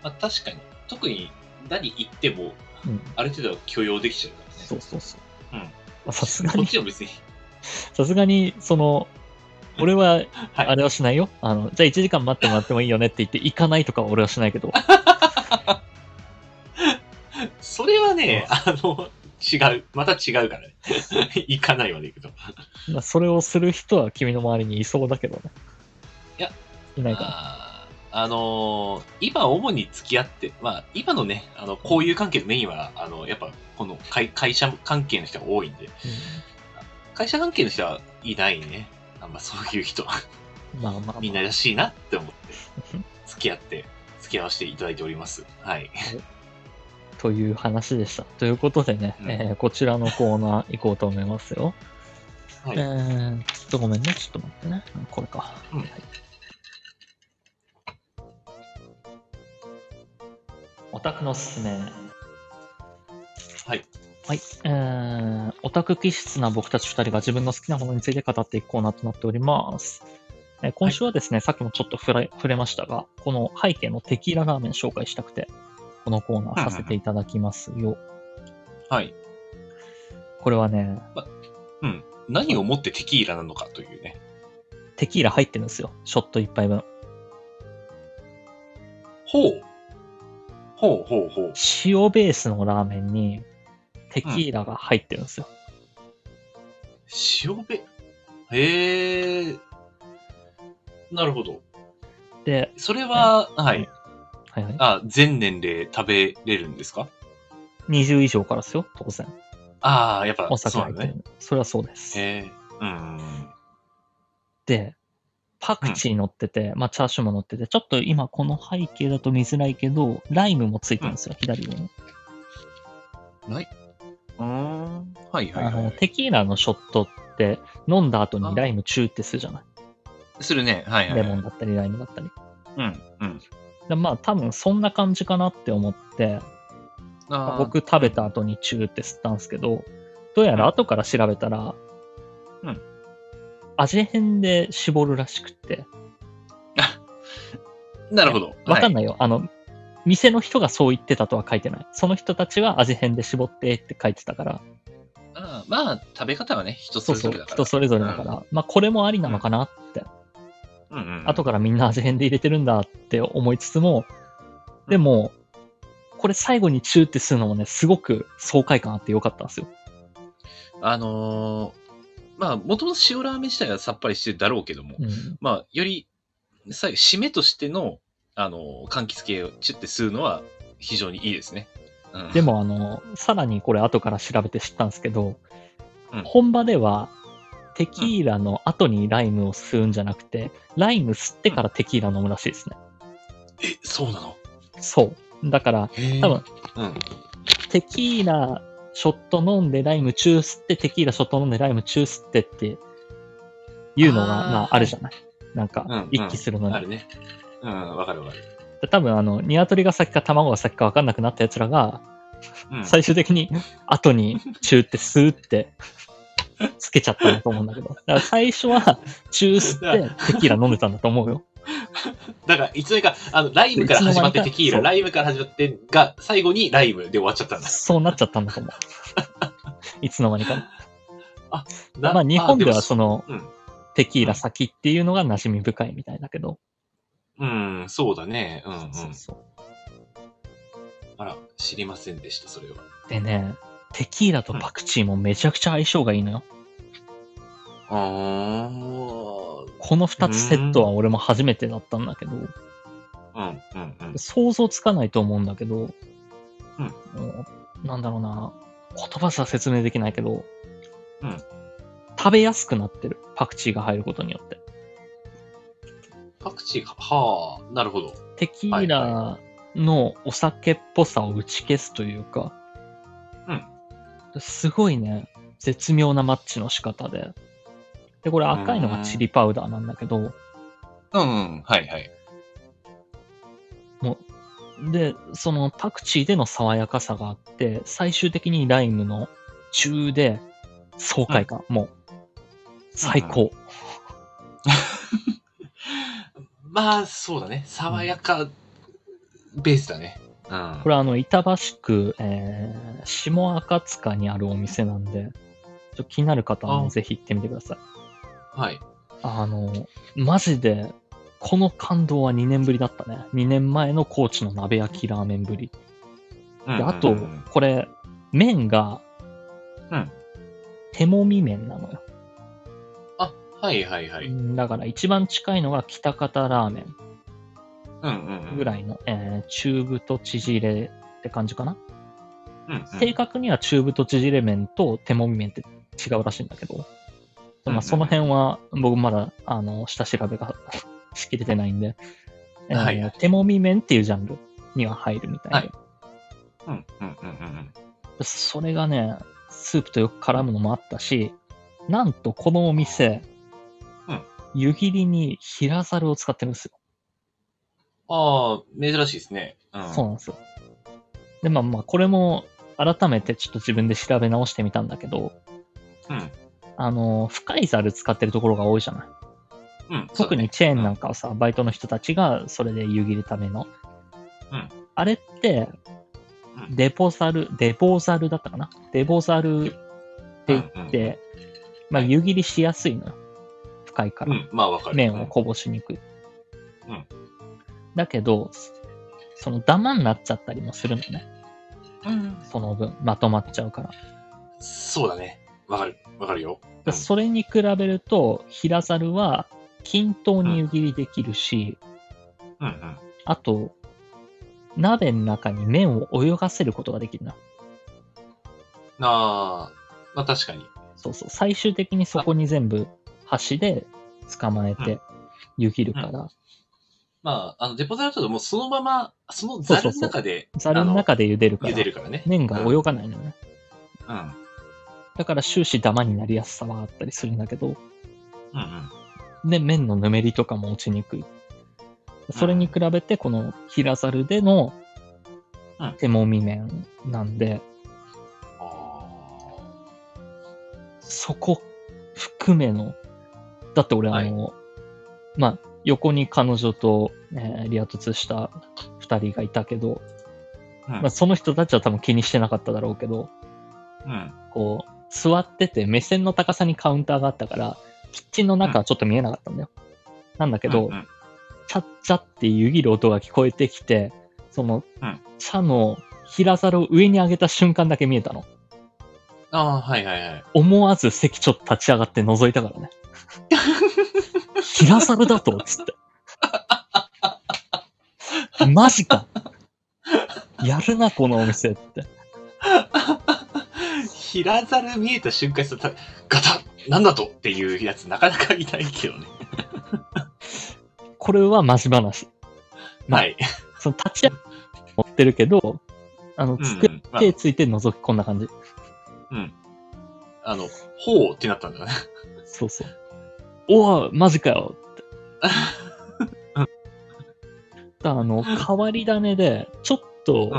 [SPEAKER 2] まあ確かに、特に何言っても、
[SPEAKER 1] うん。
[SPEAKER 2] ある程度は許容できちゃうからね。
[SPEAKER 1] そうそうそう。
[SPEAKER 2] うん
[SPEAKER 1] まあさすが
[SPEAKER 2] こっ
[SPEAKER 1] に、
[SPEAKER 2] ちは別に。
[SPEAKER 1] さすがに、その、俺は、
[SPEAKER 2] はい
[SPEAKER 1] あれはしないよ。あの、じゃあ1時間待ってもらってもいいよねって言って、行かないとかは俺はしないけ
[SPEAKER 2] [laughs]
[SPEAKER 1] ど、
[SPEAKER 2] それはね、あの、違う。また違うからね。 [laughs] 行かないまで行くと。
[SPEAKER 1] まあ、それをする人は君の周りにいそうだけどね。
[SPEAKER 2] いや、
[SPEAKER 1] いないか
[SPEAKER 2] あーあのー今主に付き合って、まあ、今のね、あの、交友関係のメインは、あの、やっぱ、この会会社関係の人が多いんで、
[SPEAKER 1] な。
[SPEAKER 2] 会社関係の人はいないね。あんまそういう人は、
[SPEAKER 1] うんまあまあ、
[SPEAKER 2] みんならしいなって思って、付き合って、付き合わせていただいております。はい。
[SPEAKER 1] という話でした。ということでね、
[SPEAKER 2] うん
[SPEAKER 1] えーこちらのコーナー行こうと思いますよ。
[SPEAKER 2] はい
[SPEAKER 1] えー、ちょっとごめんね、ちょっと待ってね。うんこれか。
[SPEAKER 2] うん
[SPEAKER 1] はいオタクのすすめ。はい。はい。えー、オタク気質な僕たち2人が自分の好きなものについて語っていくコーナーとなっております。えー今週はですね、さっきもちょっと触れ触れましたが、この背景のテキーララーメン紹介したくて、このコーナーさせていただきますよ。
[SPEAKER 2] はい。
[SPEAKER 1] これはね、
[SPEAKER 2] 何をもってテキーラなのかというね。
[SPEAKER 1] テキーラ入ってるんですよ。ショット1杯分。
[SPEAKER 2] ほう。ほうほうほう。
[SPEAKER 1] 塩ベースのラーメンにテキーラが入ってるんですよ。
[SPEAKER 2] 塩べ。へえ。なるほど。
[SPEAKER 1] で、
[SPEAKER 2] それは、はい。
[SPEAKER 1] はいはい、
[SPEAKER 2] あ、全年齢食べれるんですか
[SPEAKER 1] 20以上からですよ、当然。
[SPEAKER 2] ああ、やっぱ、
[SPEAKER 1] お酒
[SPEAKER 2] そう
[SPEAKER 1] 入
[SPEAKER 2] な
[SPEAKER 1] っ
[SPEAKER 2] の
[SPEAKER 1] てる
[SPEAKER 2] ね。
[SPEAKER 1] それはそうです。
[SPEAKER 2] へえ。うん。
[SPEAKER 1] で、パクチー乗ってて、まあチャーシューも乗ってて、ちょっと今この背景だと見づらいけど、ライムもついてるんですよ、左上に。
[SPEAKER 3] うん。はいはい
[SPEAKER 1] あ
[SPEAKER 3] は
[SPEAKER 1] の、
[SPEAKER 3] い。
[SPEAKER 1] テキーラのショットって、飲んだ後
[SPEAKER 3] あ
[SPEAKER 1] にライムチューってするじゃない。
[SPEAKER 3] するね。はいはい。
[SPEAKER 1] レモンだったりライムだったり。
[SPEAKER 3] うん。うん。
[SPEAKER 1] でまあ多分そんな感じかなって思って、
[SPEAKER 3] あー
[SPEAKER 1] 僕、食べた後にチューって吸ったんですけど、どうやら後から調べたら、
[SPEAKER 3] うん
[SPEAKER 1] 味変で絞るらしくって、
[SPEAKER 2] なるほど。
[SPEAKER 1] わかん
[SPEAKER 2] な
[SPEAKER 1] な
[SPEAKER 2] い。
[SPEAKER 1] いよ。あの、店の人がそう言ってたとは書いてない。その人たちは味変で絞ってって書いてたから、
[SPEAKER 3] あーまあ、食べ方はね、人そ
[SPEAKER 1] そ
[SPEAKER 3] れぞ
[SPEAKER 1] うそ
[SPEAKER 3] れ
[SPEAKER 1] う
[SPEAKER 3] だ、から。
[SPEAKER 1] 人それぞれだから、まあこれもありなのかなって、
[SPEAKER 3] うんうん。
[SPEAKER 1] 後からみんな味変で入れてるんだって思いつつも、でも、これ最後にチューってするのもね、すごく爽快感あってよかったんですよ。
[SPEAKER 3] あのーまあ、もともと塩ラーメン自体はさっぱりしてるだろうけども、
[SPEAKER 1] うん
[SPEAKER 3] まあ、より、最後、締めとしての、あのー柑橘系をチュッて吸うのは非常にいいですね。うん、
[SPEAKER 1] で、もあの、さらにこれ後から調べて知ったんですけど、
[SPEAKER 3] うん
[SPEAKER 1] 本場ではテキーラの後にライムを吸うんじゃなくて、ライム吸ってからテキーラ飲むらしいですね。
[SPEAKER 2] え、そうなの
[SPEAKER 1] そう。だから、
[SPEAKER 2] へえ。
[SPEAKER 1] 多分
[SPEAKER 2] うん。
[SPEAKER 1] テキーラショット飲んでライムチュー吸って、テキーラショット飲んでライムチュー吸ってっていうのが、
[SPEAKER 2] あー
[SPEAKER 1] まああるじゃない。なんか
[SPEAKER 2] うんうん、
[SPEAKER 1] 一気するのに。
[SPEAKER 2] あるね。うん、わかるわかる。
[SPEAKER 1] で多分あの、鶏が先か卵が先か分かんなくなった奴らが、
[SPEAKER 2] うん。
[SPEAKER 1] 最終的に後にチューってスーってつけちゃったんだと思うんだけど。だから最初はチュー吸ってテキーラ飲んでたんだと思うよ。
[SPEAKER 2] だから、いつの間にか、あの、ライムから始まって
[SPEAKER 1] いつの間にか
[SPEAKER 2] テキーラ、
[SPEAKER 1] そう
[SPEAKER 2] ライムから始まってが、最後にライムで終わっちゃったんだ。
[SPEAKER 1] そうなっちゃったんだと思う。いつの間にか。
[SPEAKER 2] な
[SPEAKER 1] まあ日本ではそ
[SPEAKER 2] の、
[SPEAKER 1] の
[SPEAKER 2] うん
[SPEAKER 1] テキーラ先っていうのが馴染み深いみたいだけど、
[SPEAKER 2] うん、そうだね。うん、うん。
[SPEAKER 1] そうそう
[SPEAKER 2] あら、知りませんでした、それは。
[SPEAKER 1] でね、テキーラとパクチーもめちゃくちゃ相性がいいのよ。
[SPEAKER 2] あ
[SPEAKER 1] この2つセットは俺も初めてだったんだけど、
[SPEAKER 2] あ。うん、うん、うん。
[SPEAKER 1] 想像つかないと思うんだけど、
[SPEAKER 2] うん
[SPEAKER 1] もうなんだろうな、言葉すら説明できないけど、
[SPEAKER 2] うん
[SPEAKER 1] 食べやすくなってる。パクチーが入ることによって。
[SPEAKER 2] パクチーが、はあ、なるほど。
[SPEAKER 1] テキーラのお酒っぽさを打ち消すというか、
[SPEAKER 2] うん
[SPEAKER 1] すごいね、絶妙なマッチの仕方で。で、これ赤いのがチリパウダーなんだけど、
[SPEAKER 2] うん、うん、はい、はい。
[SPEAKER 1] で、そのパクチーでの爽やかさがあって、最終的にライムの中で爽快感、もう、最高。
[SPEAKER 2] まあ、そうだね。爽やかベースだね。うん。
[SPEAKER 1] これはあの、板橋区、えー、下赤塚にあるお店なんで、ちょっと気になる方はね
[SPEAKER 2] あ
[SPEAKER 1] ぜひ行ってみてください。
[SPEAKER 2] はい。
[SPEAKER 1] あの、マジで、この感動は2年ぶりだったね。2年前の高知の鍋焼きラーメンぶり。
[SPEAKER 2] うん
[SPEAKER 1] で、あ
[SPEAKER 2] う
[SPEAKER 1] と
[SPEAKER 2] んうん、
[SPEAKER 1] これ、麺が、
[SPEAKER 2] うん
[SPEAKER 1] 手もみ麺なのよ。
[SPEAKER 2] あ、はい、はい、はい。うん、
[SPEAKER 1] だから一番近いのが北方ラーメ
[SPEAKER 2] うん、う
[SPEAKER 1] ン
[SPEAKER 2] ん。
[SPEAKER 1] ぐら
[SPEAKER 2] い。
[SPEAKER 1] いの、えー中太縮れって感じかな。
[SPEAKER 2] うん、うん。
[SPEAKER 1] 正確には中太縮れ麺と手もみ麺って違うらしいんだけど、
[SPEAKER 2] うん
[SPEAKER 1] まあ、その辺は僕まだあの下調べが [laughs] しきれてないんで、えー
[SPEAKER 2] はいはい
[SPEAKER 1] 手もみ麺っていうジャンルには入るみたいで、
[SPEAKER 2] はいうん、うん、うん、うんうん。
[SPEAKER 1] それがね、スープとよく絡むのもあったし、なんとこのお店、
[SPEAKER 2] うん
[SPEAKER 1] 湯切りに平猿を使ってるんですよ。
[SPEAKER 2] ああ、珍しいですね。うん。
[SPEAKER 1] そうなんですよ。で、まあまあ、これも改めてちょっと自分で調べ直してみたんだけど、
[SPEAKER 2] うん。
[SPEAKER 1] あの、深いザル使ってるところが多いじゃない。
[SPEAKER 2] うん。
[SPEAKER 1] 特にチェーンなんかをさ、バイトの人たちがそれで湯切るための。
[SPEAKER 2] うん
[SPEAKER 1] あれって、
[SPEAKER 2] うん
[SPEAKER 1] デポザル、デポザルだったかなデポザルって言って、
[SPEAKER 2] うん
[SPEAKER 1] まあ湯切りしやすいのよ。深いか
[SPEAKER 2] そう
[SPEAKER 1] ら。
[SPEAKER 2] だねうん、まあわかる。
[SPEAKER 1] 麺をこぼしにくい。
[SPEAKER 2] うん
[SPEAKER 1] だけど、そのダマになっちゃったりもするのね。
[SPEAKER 2] うん。
[SPEAKER 1] その分、まとまっちゃうから。
[SPEAKER 2] そうだね。わかる。わかるよ。うん
[SPEAKER 1] それに比べると、平猿は均等に湯切りできるし、
[SPEAKER 2] うんうん。
[SPEAKER 1] あと、鍋の中に麺を泳がせることができるな。
[SPEAKER 2] ああ、まあ確かに。
[SPEAKER 1] そうそう。最終的にそこに全部箸で捕まえ
[SPEAKER 2] う
[SPEAKER 1] て湯切るから、
[SPEAKER 2] まあ、あの、デポザルだともうそのまま、そのザルの中で、
[SPEAKER 1] ザルの中で茹でるか
[SPEAKER 2] 茹
[SPEAKER 1] ら
[SPEAKER 2] で、るからね。
[SPEAKER 1] 麺が泳がないのね。
[SPEAKER 2] うん。うん
[SPEAKER 1] だから終始ダマになりやすさはあったりするんだけど、
[SPEAKER 2] うん。
[SPEAKER 1] で、麺のぬめりとかも落ちにくい。それに比べて、この平猿での
[SPEAKER 2] うん
[SPEAKER 1] 手もみ麺なんで、
[SPEAKER 2] ああ。
[SPEAKER 1] そこ含めの、だって俺あの、まあ、横に彼女と、えーリア凸した二人がいたけど、
[SPEAKER 2] う
[SPEAKER 1] ま
[SPEAKER 2] ん
[SPEAKER 1] あ、その人たちは多分気にしてなかっただろうけど、
[SPEAKER 2] うん。
[SPEAKER 1] こう、座ってて目線の高さにカウンターがあったから、キッチンの中はちょっと見えなかったんだよ。なんだけど、
[SPEAKER 2] うんうん
[SPEAKER 1] チャッチャって湯切る音が聞こえてきて、その、
[SPEAKER 2] うん
[SPEAKER 1] 茶の平皿を上に上げた瞬間だけ見えたの。
[SPEAKER 2] ああ、はいはいはい。
[SPEAKER 1] 思わず席ちょっと立ち上がって覗いたからね。 [laughs] 平猿だとつって。 [laughs] マジか。やるな、このお店って。
[SPEAKER 2] 平ザル見えた瞬間さ、たガタッなんだとっていうやつなかなかいないけどね。
[SPEAKER 1] これはマジ話。まあ
[SPEAKER 2] はい。
[SPEAKER 1] その立ち上がって持ってるけど、あの、
[SPEAKER 2] うん
[SPEAKER 1] 机
[SPEAKER 2] う
[SPEAKER 1] に
[SPEAKER 2] んまあ
[SPEAKER 1] 手ついて覗き込んだ感じ。
[SPEAKER 2] あの、ほうってなったんだね。
[SPEAKER 1] そうそう。おお、マジかよ
[SPEAKER 2] [laughs]
[SPEAKER 1] って。だあの、変わり種で、ちょっと、
[SPEAKER 2] うん。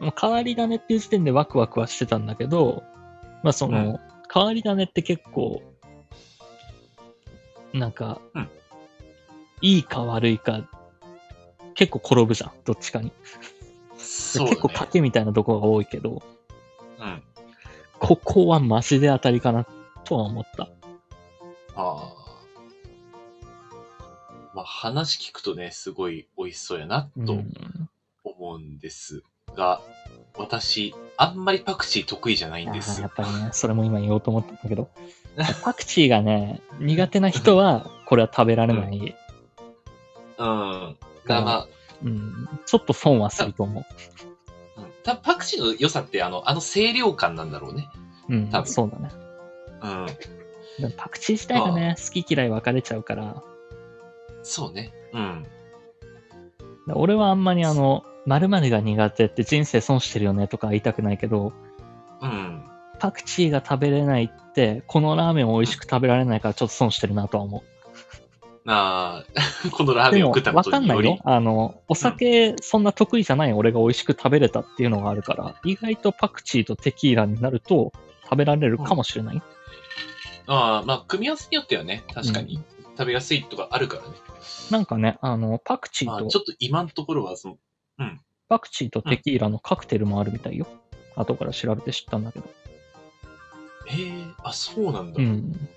[SPEAKER 1] もう変わり種っていう時点でワクワクはしてたんだけど、まあその、
[SPEAKER 2] う
[SPEAKER 1] 変わり種って結構、なんか、
[SPEAKER 2] うん
[SPEAKER 1] いいか悪いか、結構転ぶじゃん、どっちかに。
[SPEAKER 2] そうだね。
[SPEAKER 1] 結構賭けみたいなところが多いけど、
[SPEAKER 2] うん。
[SPEAKER 1] ここはマシで当たりかなとは思った。
[SPEAKER 2] ああ。まあ、話聞くとね、すごい美味しそうやな
[SPEAKER 1] うん
[SPEAKER 2] と思うんですが、私、あんまりパクチー得意じゃないんで
[SPEAKER 1] あー
[SPEAKER 2] す
[SPEAKER 1] や
[SPEAKER 2] よ
[SPEAKER 1] っ。ぱりね、それも今言おうと思ったんだけ
[SPEAKER 2] [laughs]
[SPEAKER 1] ど、パクチーがね、苦手な人は、これは食べられない、
[SPEAKER 2] うん。が、ま
[SPEAKER 1] うん、ちょっと損はすると思
[SPEAKER 2] あ、うんたパクチーの良さって、あの、あの清涼感なんだろうね。
[SPEAKER 1] う。うん
[SPEAKER 2] 多、分
[SPEAKER 1] そうだね。
[SPEAKER 2] うん。
[SPEAKER 1] でもパクチー自体がね、好き嫌い分かれちゃうから、
[SPEAKER 2] そうね。うん。
[SPEAKER 1] で俺はあんまりあの、〇〇が苦手って人生損してるよねとか言いたくないけど、
[SPEAKER 2] うん。
[SPEAKER 1] パクチーが食べれないって、このラーメンを美味しく食べられないからちょっと損してるなとは思う。
[SPEAKER 2] なあ、 [laughs] このラーメ
[SPEAKER 1] で
[SPEAKER 2] ンを
[SPEAKER 1] も、
[SPEAKER 2] 食ったこ
[SPEAKER 1] わ
[SPEAKER 2] と
[SPEAKER 1] かん
[SPEAKER 2] に
[SPEAKER 1] な
[SPEAKER 2] よ
[SPEAKER 1] いよ
[SPEAKER 2] り。。
[SPEAKER 1] あの、お酒、そんな得意じゃない俺が美味しく食べれたっていうのがあるから、意外とパクチーとテキーラになると食べられるかもしれない。
[SPEAKER 2] ああ、まあ、組み合わせによってはね、確かに食べやすいとかあるからね。
[SPEAKER 1] なんかね、あの、パクチ
[SPEAKER 2] ま
[SPEAKER 1] ー
[SPEAKER 2] あ、
[SPEAKER 1] と、
[SPEAKER 2] ちょっと今のところは、その、
[SPEAKER 1] パクチーとテキーラのカクテルもあるみたいよ。後から調べて知ったんだけど。
[SPEAKER 2] へえ、あ、そうなんだ。
[SPEAKER 1] うん。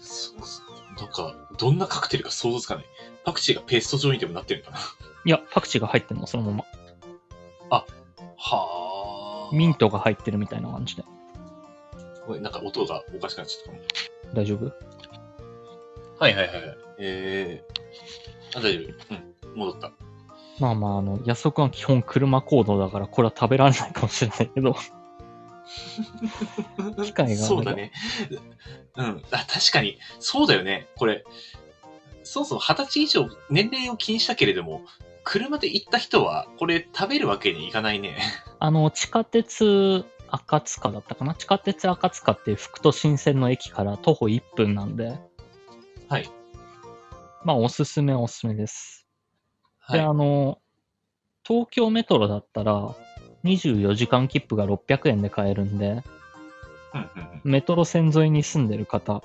[SPEAKER 2] そうそうなんか、どんなカクテルか想像つかない。パクチーがペースト状にでもなってるのか
[SPEAKER 1] いや、パクチーが入ってるの、そのまま。
[SPEAKER 2] な。はあ。
[SPEAKER 1] ミントが入ってるみたいな感じで。
[SPEAKER 2] ごめんなんか音がおかしくなっちゃったかも。
[SPEAKER 1] 大丈夫
[SPEAKER 2] はいはいはいはい。えー。あ、大丈夫。うん。戻った。
[SPEAKER 1] まあまあ、あの、安岡は基本車行動だから、これは食べられないかもしれないけど。 [laughs] 機会があれば
[SPEAKER 2] そうだね。うん。あ、確かに。そうだよね。これ。そもそも二十歳以上年齢を気にしたけれども、車で行った人は、これ食べるわけにいかないね。 [laughs]
[SPEAKER 1] あの、地下鉄赤塚だったかな地下鉄赤塚っていう福都新線の駅から徒歩1分なんで、
[SPEAKER 2] はい。
[SPEAKER 1] まあ、おすすめはおすすめです。
[SPEAKER 2] はい。
[SPEAKER 1] で、あの、東京メトロだったら、24時間切符が600円で買えるんで、
[SPEAKER 2] うんうんうん。
[SPEAKER 1] メトロ線沿いに住んでる方、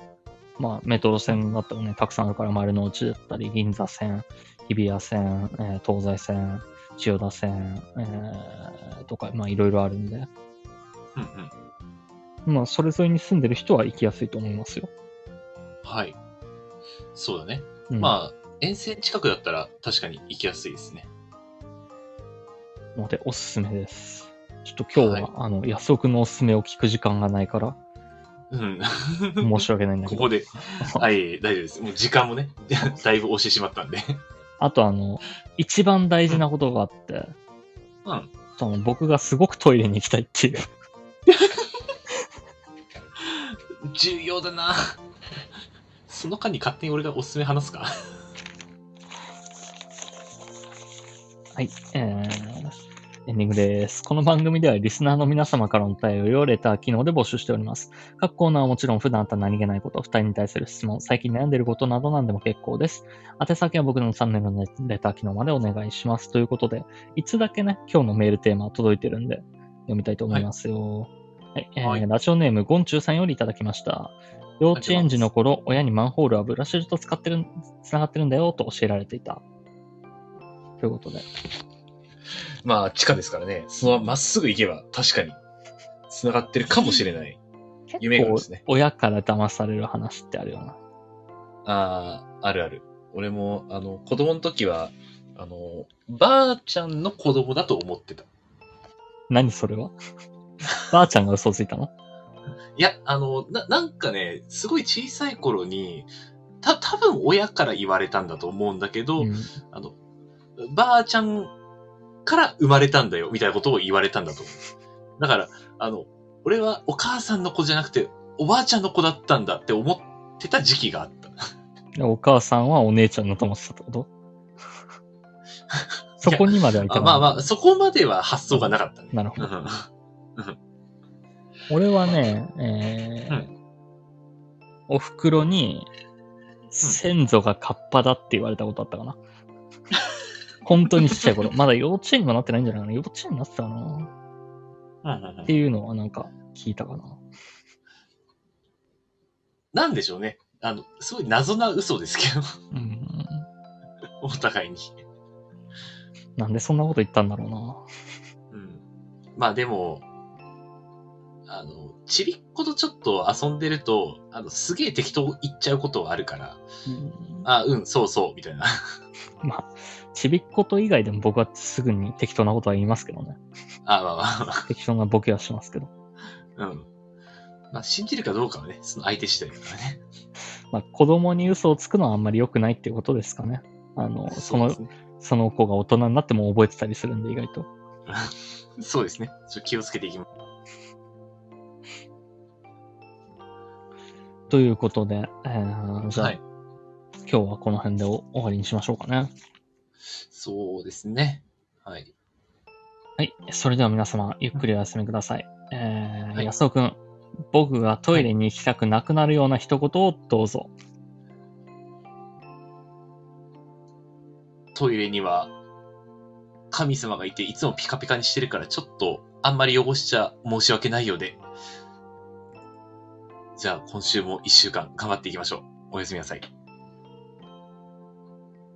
[SPEAKER 1] まあ、メトロ線だったらね、たくさんあるから、丸の内だったり、銀座線、日比谷線、えー東西線、千代田線、えーとか、まあ、いろいろあるんで、
[SPEAKER 2] うんうん。
[SPEAKER 1] まあ、それぞれに住んでる人は行きやすいと思いますよ。
[SPEAKER 2] はい。そうだね。
[SPEAKER 1] うん、
[SPEAKER 2] まあ、沿線近くだったら確かに行きやすいですね。
[SPEAKER 1] ので、おすすめです。ちょっと今日は、あの、安尾くんのおすすめを聞く時間がないから、
[SPEAKER 2] うん。
[SPEAKER 1] 申し訳ないんだけ
[SPEAKER 2] [laughs] こ
[SPEAKER 1] ど。
[SPEAKER 2] こで。はい、大丈夫です。もう時間もね、 [laughs] だいぶ押してしまったんで。
[SPEAKER 1] あと、あの、一番大事なことがあって、
[SPEAKER 2] うん。
[SPEAKER 1] その僕がすごくトイレに行きたいっていう。
[SPEAKER 2] 重要だな。その間に勝手に俺がおすすめ話すか。
[SPEAKER 1] はい、えー、エンディングです。この番組ではリスナーの皆様からのお便りをレター機能で募集しております。各コーナーはもちろん普段あった何気ないこと、二人に対する質問、最近悩んでいることなど何でも結構です。宛先は僕のチャンネルのレター機能までお願いします。ということで、いつだけね、今日のメールテーマ届いてるんで、読みたいと思いますよ。はい、えー
[SPEAKER 2] はい
[SPEAKER 1] ラジオネーム、ゴンチュウさんよりいただきました。幼稚園児の頃、親にマンホールはブラシルと使ってるん、つながってるんだよと教えられていた。ということで。
[SPEAKER 4] まあ、地下ですからね。そのまままっすぐ行けば、確かに、繋がってるかもしれない。夢があるんですね
[SPEAKER 1] 親から騙される話ってあるよな。
[SPEAKER 4] ああ、あるある。俺も、あの、子供の時は、あの、ばあちゃんの
[SPEAKER 2] 子供だと思ってた。
[SPEAKER 1] 何それ
[SPEAKER 2] [laughs]
[SPEAKER 1] はばあちゃんが嘘ついたの
[SPEAKER 2] いや、あの、な、なんかね、すごい小さい頃に、た、多分親から言われたんだと思うんだけど、
[SPEAKER 1] うん
[SPEAKER 2] あの、ばあちゃんから生まれたんだよ、みたいなことを言われたんだと思う。だから、あの、俺はお母さんの子じゃなくて、おばあちゃんの子だったんだって思ってた時期があった。
[SPEAKER 1] でお母さんはお姉ちゃんのと思ってたって
[SPEAKER 2] [laughs]
[SPEAKER 1] ことそこにまではいか
[SPEAKER 2] あ
[SPEAKER 1] ない。
[SPEAKER 2] まあまあ、そこまでは発想がなかったね。
[SPEAKER 1] なるほど。
[SPEAKER 2] うん
[SPEAKER 1] 俺はね、えー
[SPEAKER 2] う
[SPEAKER 1] お袋に、先祖がカッパだって言われたことあったか
[SPEAKER 2] [laughs]
[SPEAKER 1] な。本当にちっちゃい頃。まだ幼稚園にもなってないんじゃないかな。幼稚園になってたかな。
[SPEAKER 2] うん
[SPEAKER 1] っていうのはなんか聞いたかな。
[SPEAKER 2] なんでしょうね。あの、すごい謎な嘘ですけど、
[SPEAKER 1] うん。
[SPEAKER 2] お互いに。
[SPEAKER 1] なんでそんなこと言ったんだろうな。
[SPEAKER 2] うんまあでも、あの、ちびっ子とちょっと遊んでると、あの、すげえ適当言っちゃうことはあるから、
[SPEAKER 1] うん
[SPEAKER 2] あ、うん、そうそう、みたいな。 [laughs]
[SPEAKER 1] まあ、ちびっこと以外でも僕はすぐに適当なことは言いますけどね。
[SPEAKER 2] あ、まあまあま
[SPEAKER 1] 適当なボケはしますけど。
[SPEAKER 2] あ、うん。まあ、信じるかどうかはね、その相手次第だからね。
[SPEAKER 1] まあ、子供に嘘をつくのはあんまり良くないっていうことですかね。あの、その、
[SPEAKER 2] うですね。
[SPEAKER 1] その子が大人になっても覚えてたりするんで、意外と。
[SPEAKER 2] そうですね。ちょっと気をつけていきま
[SPEAKER 1] ということで、えー、
[SPEAKER 2] す。
[SPEAKER 1] じゃあ、
[SPEAKER 2] はい。
[SPEAKER 1] 今日はこの辺でお終わりにしましょうかね。
[SPEAKER 2] そうですね。はい。
[SPEAKER 1] はい。それでは皆様、ゆっくりお休みください。えー、
[SPEAKER 2] はい
[SPEAKER 1] 安尾くん、僕がトイレに行きたくなくなるような一言をどうぞ。
[SPEAKER 2] トイレには、神様がいて、いつもピカピカにしてるから、ちょっと、あんまり汚しちゃ申し訳ないようで。じゃあ、今週も一週間頑張っていきましょう。おやすみなさい。